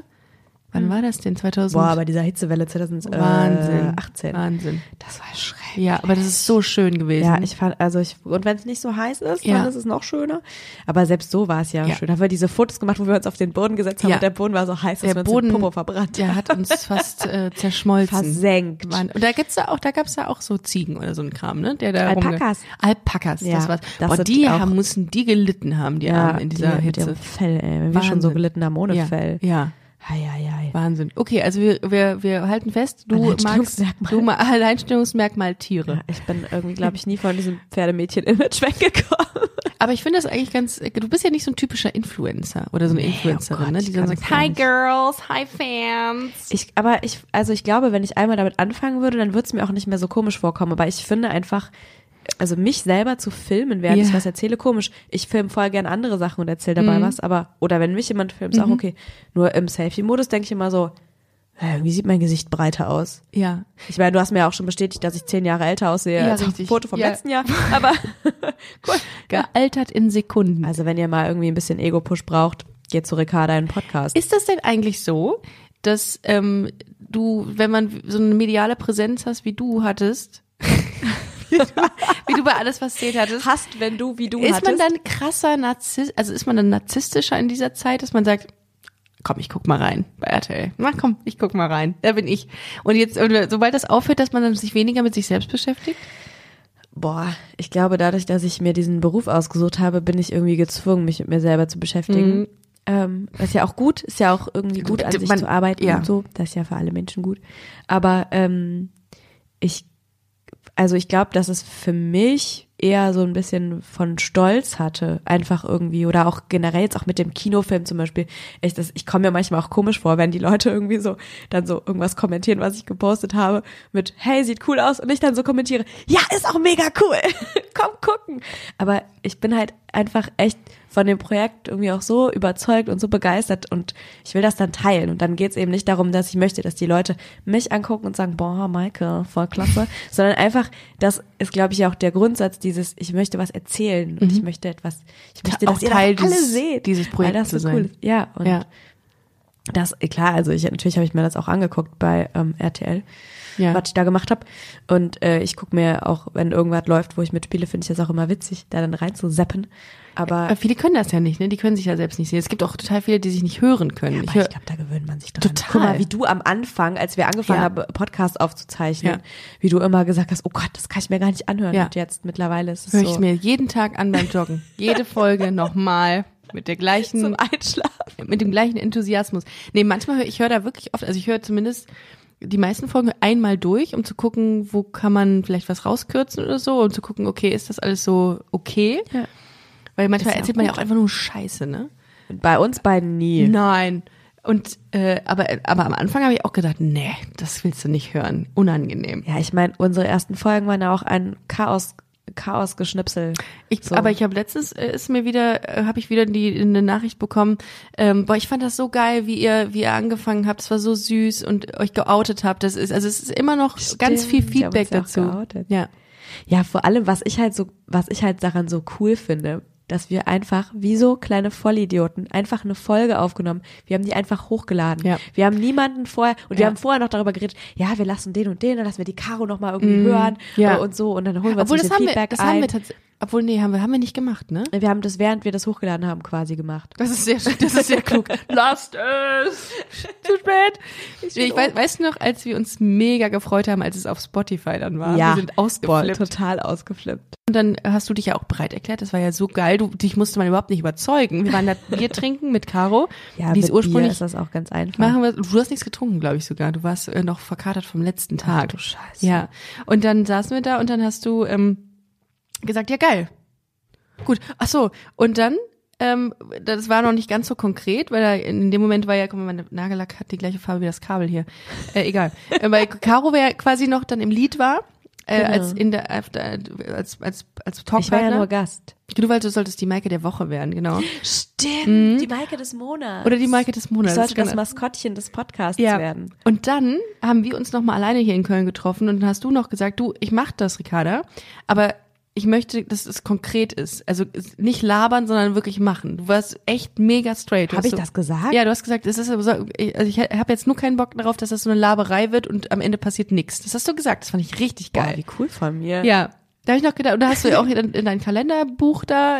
Speaker 1: Wann war das denn? 2000?
Speaker 3: Hm. Boah, äh, bei dieser Hitzewelle 2018.
Speaker 1: Wahnsinn.
Speaker 3: 18.
Speaker 1: Wahnsinn.
Speaker 3: Das war schrecklich.
Speaker 1: Ja, aber das ist so schön gewesen.
Speaker 3: Ja, ich fand, also ich, und wenn es nicht so heiß ist,
Speaker 1: Ja.
Speaker 3: dann ist es noch schöner. Aber selbst so war es ja,
Speaker 1: Ja.
Speaker 3: schön. Da haben wir diese Fotos gemacht, wo wir uns auf den Boden gesetzt haben
Speaker 1: Ja.
Speaker 3: und der Boden war so heiß, dass
Speaker 1: der
Speaker 3: wir
Speaker 1: Boden,
Speaker 3: uns den Popo verbrannt
Speaker 1: der
Speaker 3: haben.
Speaker 1: hat uns fast äh, zerschmolzen.
Speaker 3: versenkt.
Speaker 1: Waren- Und da gibt's da auch, da gab's da auch so Ziegen oder so ein Kram, ne? Der da rumge-
Speaker 3: Alpakas.
Speaker 1: Alpakas, das
Speaker 3: Ja,
Speaker 1: war's.
Speaker 3: das
Speaker 1: Boah,
Speaker 3: sind
Speaker 1: die
Speaker 3: auch-
Speaker 1: haben, mussten die gelitten haben, die Armen in dieser
Speaker 3: die, mit
Speaker 1: Hitze.
Speaker 3: ihrem Fell, ey. Wenn wir schon so
Speaker 1: Wahnsinn.
Speaker 3: gelitten haben ohne
Speaker 1: ja,
Speaker 3: Fell.
Speaker 1: ja,
Speaker 3: Hei, hei, hei.
Speaker 1: Wahnsinn. Okay, also wir, wir, wir halten fest, du magst,
Speaker 3: Alleinstellungsmerkmal.
Speaker 1: du ma Alleinstellungsmerkmal Tiere.
Speaker 3: Ja, ich bin irgendwie, glaube ich, nie von diesem Pferdemädchen-Image weggekommen.
Speaker 1: Aber ich finde das eigentlich ganz, du bist ja nicht so ein typischer Influencer oder so eine Influencerin,
Speaker 3: oh Gott,
Speaker 1: ne?
Speaker 3: ich
Speaker 1: Die dann
Speaker 3: kann
Speaker 1: sagt,
Speaker 3: das gar
Speaker 1: hi
Speaker 3: nicht.
Speaker 1: girls, hi fans.
Speaker 3: Ich, aber ich, also ich glaube, wenn ich einmal damit anfangen würde, dann würde es mir auch nicht mehr so komisch vorkommen. Aber ich finde einfach, also mich selber zu filmen, während
Speaker 1: Ja.
Speaker 3: ich was erzähle, komisch. Ich filme voll gern andere Sachen und erzähle dabei was, aber, oder wenn mich jemand filmt, ist auch okay. Nur im Selfie-Modus denke ich immer so, "Hä, irgendwie sieht mein Gesicht breiter aus.
Speaker 1: Ja.
Speaker 3: Ich meine, du hast mir ja auch schon bestätigt, dass ich zehn Jahre älter aussehe
Speaker 1: Ja,
Speaker 3: als auf dem
Speaker 1: richtig.
Speaker 3: Foto vom
Speaker 1: Ja.
Speaker 3: letzten Jahr. Aber cool.
Speaker 1: Gealtert in Sekunden.
Speaker 3: Also wenn ihr mal irgendwie ein bisschen Ego-Push braucht, geht zu Ricarda in den Podcast.
Speaker 1: Ist das denn eigentlich so, dass ähm, du, wenn man so eine mediale Präsenz hast, wie du hattest, wie, du, wie du bei alles was zählt hattest,
Speaker 3: Hast, wenn du wie du
Speaker 1: ist
Speaker 3: hattest.
Speaker 1: man dann krasser Narzisst, also ist man dann narzisstischer in dieser Zeit, dass man sagt, komm, ich guck mal rein bei RTL. Na komm, ich guck mal rein, da bin ich. Und jetzt, oder sobald das aufhört, dass man dann sich weniger mit sich selbst beschäftigt?
Speaker 3: Boah, ich glaube, dadurch, dass ich mir diesen Beruf ausgesucht habe, bin ich irgendwie gezwungen, mich mit mir selber zu beschäftigen. Ähm, was ja auch gut ist, ja auch irgendwie gut an sich
Speaker 1: Man-
Speaker 3: zu arbeiten
Speaker 1: ja.
Speaker 3: und so. Das ist ja für alle Menschen gut. Aber ähm, ich, also ich glaube, dass es für mich eher so ein bisschen von Stolz hatte, einfach irgendwie oder auch generell jetzt auch mit dem Kinofilm zum Beispiel. Ich, das, ich komme mir manchmal auch komisch vor, wenn die Leute irgendwie so dann so irgendwas kommentieren, was ich gepostet habe mit Hey, sieht cool aus und ich dann so kommentiere, ja, ist auch mega cool, komm gucken. Aber ich bin halt einfach echt von dem Projekt irgendwie auch so überzeugt und so begeistert und ich will das dann teilen. Und dann geht's eben nicht darum, dass ich möchte, dass die Leute mich angucken und sagen, boah, Maike, voll klasse, sondern einfach, das ist, glaube ich, auch der Grundsatz dieses, ich möchte was erzählen und ich möchte etwas, ich möchte,
Speaker 1: Mhm. auch
Speaker 3: dass ihr
Speaker 1: Teil
Speaker 3: das alle
Speaker 1: dieses-
Speaker 3: seht.
Speaker 1: dieses
Speaker 3: weil
Speaker 1: Projekts
Speaker 3: das
Speaker 1: zu
Speaker 3: so
Speaker 1: sein.
Speaker 3: Cool ist. Ja, und
Speaker 1: Ja.
Speaker 3: das, eh, klar, also ich, natürlich habe ich mir das auch angeguckt bei ähm, RTL,
Speaker 1: Ja.
Speaker 3: was ich da gemacht habe. Und äh, ich gucke mir auch, wenn irgendwas läuft, wo ich mitspiele, finde ich das auch immer witzig, da dann reinzuseppen. Aber
Speaker 1: Aber viele können das ja nicht, ne? Die können sich ja selbst nicht sehen. Es gibt auch total viele, die sich nicht hören können.
Speaker 3: Aber
Speaker 1: hör-
Speaker 3: ich glaube, da gewöhnt man sich dran.
Speaker 1: Total.
Speaker 3: Guck mal, wie du am Anfang, als wir angefangen
Speaker 1: Ja.
Speaker 3: haben, Podcast aufzuzeichnen,
Speaker 1: Ja.
Speaker 3: wie du immer gesagt hast, oh Gott, das kann ich mir gar nicht anhören.
Speaker 1: Ja.
Speaker 3: Und jetzt mittlerweile ist es
Speaker 1: höre
Speaker 3: so
Speaker 1: ich es mir jeden Tag an beim Joggen. Jede Folge nochmal mit der gleichen,
Speaker 3: zum Einschlafen.
Speaker 1: mit dem gleichen Enthusiasmus. Nee, manchmal höre ich höre da wirklich oft, also ich höre zumindest die meisten Folgen einmal durch, um zu gucken, wo kann man vielleicht was rauskürzen oder so, um zu gucken, okay, ist das alles so okay?
Speaker 3: Ja.
Speaker 1: Weil manchmal
Speaker 3: Ist ja
Speaker 1: erzählt man ja
Speaker 3: gut.
Speaker 1: auch einfach nur Scheiße, ne?
Speaker 3: Bei uns beiden nie.
Speaker 1: Nein. Und äh, aber aber am Anfang habe ich auch gedacht, nee, das willst du nicht hören, unangenehm.
Speaker 3: Ja, ich meine, unsere ersten Folgen waren ja auch ein Chaos, Chaos-Geschnipsel.
Speaker 1: Ich,
Speaker 3: So.
Speaker 1: Aber ich habe letztens äh, ist mir wieder äh, habe ich wieder die eine Nachricht bekommen. Ähm, boah, ich fand das so geil, wie ihr wie ihr angefangen habt. Es war so süß und euch geoutet habt. Das ist also es ist immer noch ganz viel
Speaker 3: Stimmt, wir haben
Speaker 1: Feedback
Speaker 3: uns ja auch
Speaker 1: dazu.
Speaker 3: geoutet.
Speaker 1: Ja,
Speaker 3: Ja, vor allem, was ich halt so, was ich halt daran so cool finde, dass wir einfach, wie so kleine Vollidioten, einfach eine Folge aufgenommen. Wir haben die einfach hochgeladen.
Speaker 1: Ja.
Speaker 3: Wir haben niemanden vorher, und wir
Speaker 1: Ja.
Speaker 3: haben vorher noch darüber geredet, ja, wir lassen den und den, dann lassen wir die Caro nochmal irgendwie hören
Speaker 1: Mhm. ja.
Speaker 3: äh, und so und dann holen wir uns
Speaker 1: obwohl
Speaker 3: ein
Speaker 1: das
Speaker 3: bisschen
Speaker 1: haben wir
Speaker 3: Feedback
Speaker 1: das
Speaker 3: ein.
Speaker 1: haben wir tatsächlich. Obwohl nee, haben wir haben wir nicht gemacht, ne?
Speaker 3: wir haben das, während wir das hochgeladen haben, quasi gemacht.
Speaker 1: Das ist sehr das ist sehr klug. Lasst es. Zu spät. Ich, nee, ich weiß, weißt du noch, als wir uns mega gefreut haben, als es auf Spotify dann war. wir sind
Speaker 3: Boah,
Speaker 1: ausgeflippt.
Speaker 3: total ausgeflippt.
Speaker 1: Und dann hast du dich ja auch bereit erklärt. Das war ja so geil. Du, dich musste man überhaupt nicht überzeugen. Wir waren da Bier trinken mit Caro.
Speaker 3: Ja,
Speaker 1: die
Speaker 3: mit
Speaker 1: ist
Speaker 3: Bier
Speaker 1: ursprünglich
Speaker 3: ist das auch ganz einfach.
Speaker 1: Machen wir, du hast nichts getrunken, glaube ich sogar. Du warst äh, noch verkatert vom letzten Tag.
Speaker 3: du Scheiße.
Speaker 1: Ja. Und dann saßen wir da und dann hast du ähm, gesagt, ja geil. Gut. Ach so. Und dann, ähm, das war noch nicht ganz so konkret, weil da in dem Moment war ja, guck mal, mein Nagellack hat die gleiche Farbe wie das Kabel hier. Äh, egal. äh, weil Caro, wer ja quasi noch dann im Lied war, äh,
Speaker 3: Genau.
Speaker 1: als in der after, als als als
Speaker 3: Ich war ja
Speaker 1: Talkpartner.
Speaker 3: nur Gast.
Speaker 1: du weil du solltest die Marke der Woche werden, genau.
Speaker 3: Stimmt, die Marke des Monats.
Speaker 1: Mhm. Oder die Marke des
Speaker 3: Ich
Speaker 1: Monats.
Speaker 3: sollte das
Speaker 1: genau.
Speaker 3: Maskottchen des Podcasts
Speaker 1: ja.
Speaker 3: werden.
Speaker 1: Und dann haben wir uns noch mal alleine hier in Köln getroffen und dann hast du noch gesagt, du, ich mach das, Ricarda, aber ich möchte, dass es konkret ist. Also es- nicht labern, sondern wirklich machen. Du warst echt mega straight. Du
Speaker 3: Hab
Speaker 1: hast
Speaker 3: ich
Speaker 1: so-
Speaker 3: das gesagt?
Speaker 1: Ja, du hast gesagt, es ist aber so, also ich habe jetzt nur keinen Bock darauf, dass das so eine Laberei wird und am Ende passiert nichts. Das hast du gesagt, das fand ich richtig geil.
Speaker 3: Boah, wie cool von mir.
Speaker 1: Ja. Da habe ich noch gedacht, und da hast du ja auch in, in dein Kalenderbuch da,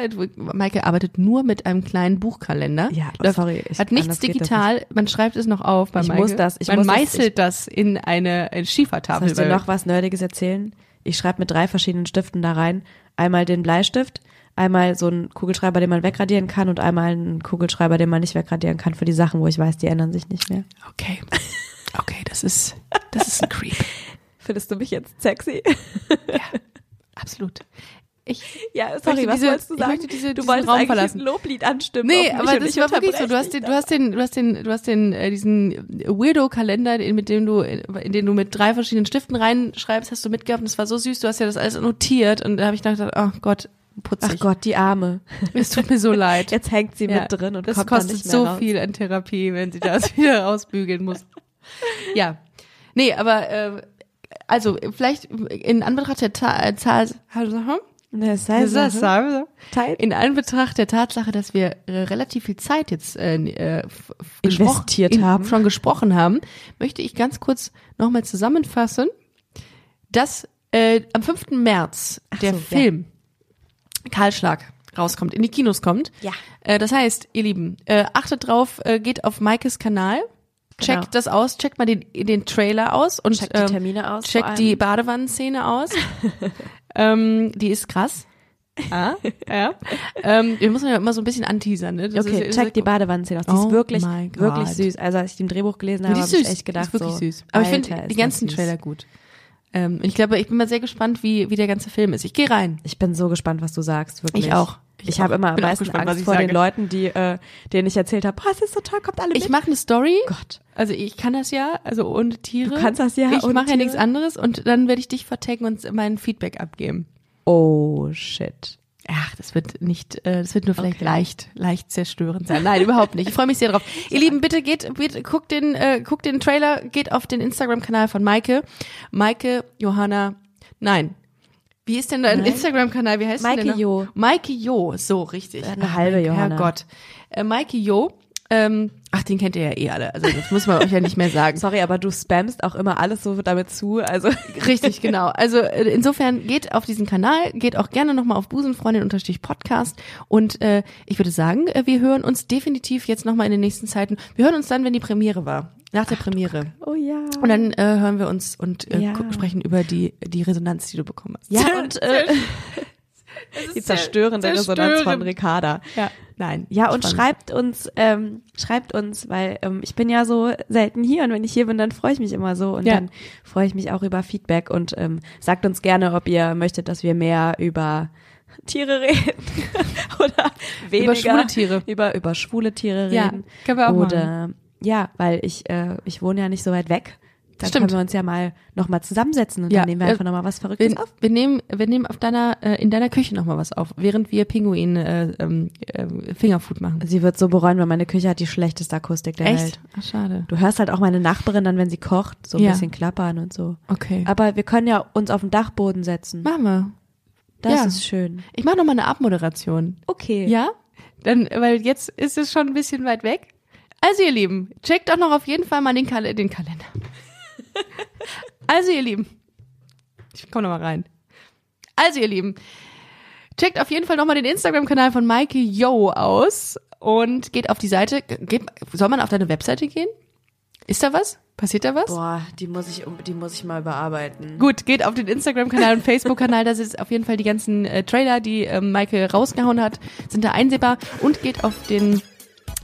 Speaker 1: Michael arbeitet nur mit einem kleinen Buchkalender.
Speaker 3: Ja,
Speaker 1: Da-
Speaker 3: sorry, ich-
Speaker 1: hat nichts
Speaker 3: anders geht das
Speaker 1: digital, man schreibt es noch auf bei
Speaker 3: Ich
Speaker 1: Michael.
Speaker 3: muss das, ich
Speaker 1: man
Speaker 3: muss das,
Speaker 1: meißelt das, in eine, eine Schiefertafel.
Speaker 3: Soll ich dir
Speaker 1: weil-
Speaker 3: noch was Nerdiges erzählen? Ich schreibe mit drei verschiedenen Stiften da rein. Einmal den Bleistift, einmal so einen Kugelschreiber, den man wegradieren kann und einmal einen Kugelschreiber, den man nicht wegradieren kann für die Sachen, wo ich weiß, die ändern sich nicht mehr.
Speaker 1: Okay. Okay, das ist, das ist ein Creep.
Speaker 3: Findest du mich jetzt sexy?
Speaker 1: Absolut. Ich,
Speaker 3: Ja,
Speaker 1: Möchte
Speaker 3: sorry, was
Speaker 1: diese-
Speaker 3: wolltest du
Speaker 1: ich
Speaker 3: sagen?
Speaker 1: möchte diese-
Speaker 3: du
Speaker 1: diesen
Speaker 3: wolltest
Speaker 1: Raum
Speaker 3: eigentlich
Speaker 1: verlassen.
Speaker 3: ein Loblied anstimmen.
Speaker 1: nee,
Speaker 3: auf mich
Speaker 1: aber
Speaker 3: und
Speaker 1: das
Speaker 3: ich
Speaker 1: war wirklich so.
Speaker 3: unterbreche
Speaker 1: Du hast
Speaker 3: dich
Speaker 1: den, du hast den, du hast den, du hast den, äh, diesen Weirdo-Kalender, in- mit dem du, in den du mit drei verschiedenen Stiften reinschreibst, hast du mitgehabt und es war so süß. Du hast ja das alles notiert und da habe ich gedacht, ach Gott, putzig.
Speaker 3: Ach Gott, die Arme.
Speaker 1: Es tut mir so leid.
Speaker 3: Jetzt hängt sie
Speaker 1: Ja,
Speaker 3: mit drin und
Speaker 1: das
Speaker 3: kommt
Speaker 1: kostet
Speaker 3: dann nicht mehr
Speaker 1: so
Speaker 3: raus.
Speaker 1: viel an Therapie, wenn sie das wieder rausbügeln muss. Ja, nee, aber äh, also vielleicht in Anbetracht der Ta äh, Zahl,
Speaker 3: Ne, das heißt, Zeit.
Speaker 1: in Anbetracht der Tatsache, dass wir äh, relativ viel Zeit jetzt äh, äh, f- f- gesprochen-
Speaker 3: Investiert
Speaker 1: in-
Speaker 3: haben.
Speaker 1: schon gesprochen haben, möchte ich ganz kurz nochmal zusammenfassen, dass äh, am 5. März der
Speaker 3: so, ja.
Speaker 1: Film Karlschlag rauskommt, in die Kinos kommt.
Speaker 3: Ja.
Speaker 1: Äh, das heißt, ihr Lieben, äh, achtet drauf, äh, geht auf Maikes Kanal, checkt
Speaker 3: Genau.
Speaker 1: das aus, checkt mal den, den Trailer aus und
Speaker 3: Checkt die
Speaker 1: ähm,
Speaker 3: Termine aus, vor
Speaker 1: Checkt
Speaker 3: allem.
Speaker 1: die Badewannenszene aus. ähm, die ist krass. Ah, ja. ähm, wir müssen ja immer so ein bisschen anteasern, ne? Das
Speaker 3: Okay,
Speaker 1: ist,
Speaker 3: check die Badewannenszene aus. Die ist
Speaker 1: Oh
Speaker 3: wirklich,
Speaker 1: mein Gott.
Speaker 3: wirklich süß. Also als ich im Drehbuch gelesen habe,
Speaker 1: Die
Speaker 3: habe
Speaker 1: ist süß.
Speaker 3: ich echt
Speaker 1: die
Speaker 3: gedacht,
Speaker 1: ist wirklich
Speaker 3: so,
Speaker 1: süß. Aber ich
Speaker 3: Alter,
Speaker 1: finde
Speaker 3: ist
Speaker 1: die
Speaker 3: das
Speaker 1: ganzen
Speaker 3: süß.
Speaker 1: Trailer gut. Ähm, ich glaube, ich bin mal sehr gespannt, wie, wie der ganze Film ist. Ich gehe rein.
Speaker 3: Ich bin so gespannt, was du sagst, wirklich.
Speaker 1: Ich auch.
Speaker 3: Ich, habe immer am
Speaker 1: Bin auch
Speaker 3: meisten
Speaker 1: gespannt, was
Speaker 3: Angst
Speaker 1: ich
Speaker 3: vor den
Speaker 1: sage.
Speaker 3: Leuten, die, äh, denen ich erzählt habe, oh, es ist so toll, kommt alle
Speaker 1: Ich
Speaker 3: mit.
Speaker 1: mache eine Story.
Speaker 3: Gott.
Speaker 1: Also ich kann das ja, also ohne Tiere.
Speaker 3: Du kannst das ja
Speaker 1: Ich
Speaker 3: ohne
Speaker 1: mache ja
Speaker 3: Tiere.
Speaker 1: nichts anderes und dann werde ich dich vertaggen und mein Feedback abgeben.
Speaker 3: Oh, shit.
Speaker 1: Ach, das wird nicht, äh, das wird nur vielleicht leicht, leicht zerstörend sein. Nein, überhaupt nicht. Ich freue mich sehr drauf. Ihr Lieben, bitte geht, bitte guckt den, äh, guckt den Trailer, geht auf den Instagram-Kanal von Maike. Maike Johanna, nein. Wie ist denn dein Instagram-Kanal? Wie heißt
Speaker 3: Maike
Speaker 1: denn der noch?
Speaker 3: Jo. Äh,
Speaker 1: Maike Jo, so richtig.
Speaker 3: Eine halbe Johanna.
Speaker 1: Herrgott. Äh, Maike Jo, ähm, ach, den kennt ihr ja eh alle. Also das muss man euch ja nicht mehr sagen.
Speaker 3: Sorry, aber du spammst auch immer alles so damit zu. Also
Speaker 1: Richtig, genau. Also äh, insofern geht auf diesen Kanal, geht auch gerne nochmal auf Busenfreundin-Podcast und äh, ich würde sagen, äh, wir hören uns definitiv jetzt nochmal in den nächsten Zeiten. Wir hören uns dann, wenn die Premiere war, nach der Premiere.
Speaker 3: Oh ja.
Speaker 1: Und dann äh, hören wir uns und äh,
Speaker 3: Ja.
Speaker 1: gu- sprechen über die, die Resonanz, die du bekommen hast.
Speaker 3: ja, und äh, die zerstörende Resonanz von Ricarda.
Speaker 1: Ja, nein.
Speaker 3: Ja, und
Speaker 1: Spannend.
Speaker 3: schreibt uns, ähm, schreibt uns, weil ähm, ich bin ja so selten hier und wenn ich hier bin, dann freue ich mich immer so und
Speaker 1: Ja.
Speaker 3: dann freue ich mich auch über Feedback und ähm, sagt uns gerne, ob ihr möchtet, dass wir mehr über Tiere reden oder weniger
Speaker 1: schwule Tiere.
Speaker 3: über, über schwule Tiere
Speaker 1: Ja,
Speaker 3: reden
Speaker 1: können wir auch
Speaker 3: oder ja, weil ich äh, ich wohne ja nicht so weit weg. Dann
Speaker 1: Stimmt.
Speaker 3: können wir uns ja mal nochmal zusammensetzen und
Speaker 1: Ja,
Speaker 3: dann nehmen wir
Speaker 1: äh,
Speaker 3: einfach nochmal was Verrücktes
Speaker 1: Wir,
Speaker 3: auf.
Speaker 1: wir nehmen, wir nehmen auf deiner, äh, in deiner Küche nochmal was auf, während wir Pinguin äh, ähm, äh, Fingerfood machen.
Speaker 3: Sie wird so bereuen, weil meine Küche hat die schlechteste Akustik der Welt.
Speaker 1: Echt? Ach, schade.
Speaker 3: Du hörst halt auch meine Nachbarin dann, wenn sie kocht, so ein
Speaker 1: Ja.
Speaker 3: bisschen klappern und so.
Speaker 1: Okay.
Speaker 3: Aber wir können ja uns auf den Dachboden setzen.
Speaker 1: Machen wir.
Speaker 3: Das
Speaker 1: ja.
Speaker 3: ist schön.
Speaker 1: Ich mache nochmal eine Abmoderation.
Speaker 3: Okay.
Speaker 1: Ja? Dann, weil jetzt ist es schon ein bisschen weit weg. Also ihr Lieben, checkt doch noch auf jeden Fall mal den, Kal den Kalender. also ihr Lieben, ich komme nochmal rein. Also ihr Lieben, checkt auf jeden Fall nochmal den Instagram-Kanal von Maike Yo aus und geht auf die Seite. Geht, soll man auf deine Webseite gehen? Ist da was? Passiert da was?
Speaker 3: Boah, die muss ich, um- die muss ich mal überarbeiten.
Speaker 1: Gut, geht auf den Instagram-Kanal und Facebook-Kanal, da sind auf jeden Fall die ganzen äh, Trailer, die ähm, Michael rausgehauen hat, sind da einsehbar und geht auf den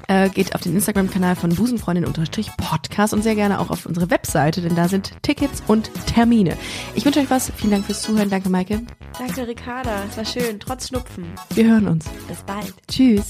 Speaker 1: äh, geht auf den Instagram-Kanal von Busenfreundin-Podcast und sehr gerne auch auf unsere Webseite, denn da sind Tickets und Termine. Ich wünsche euch was. Vielen Dank fürs Zuhören. Danke, Maike.
Speaker 3: Danke, Ricarda. Es war schön. Trotz Schnupfen.
Speaker 1: Wir hören uns.
Speaker 3: Bis bald.
Speaker 1: Tschüss.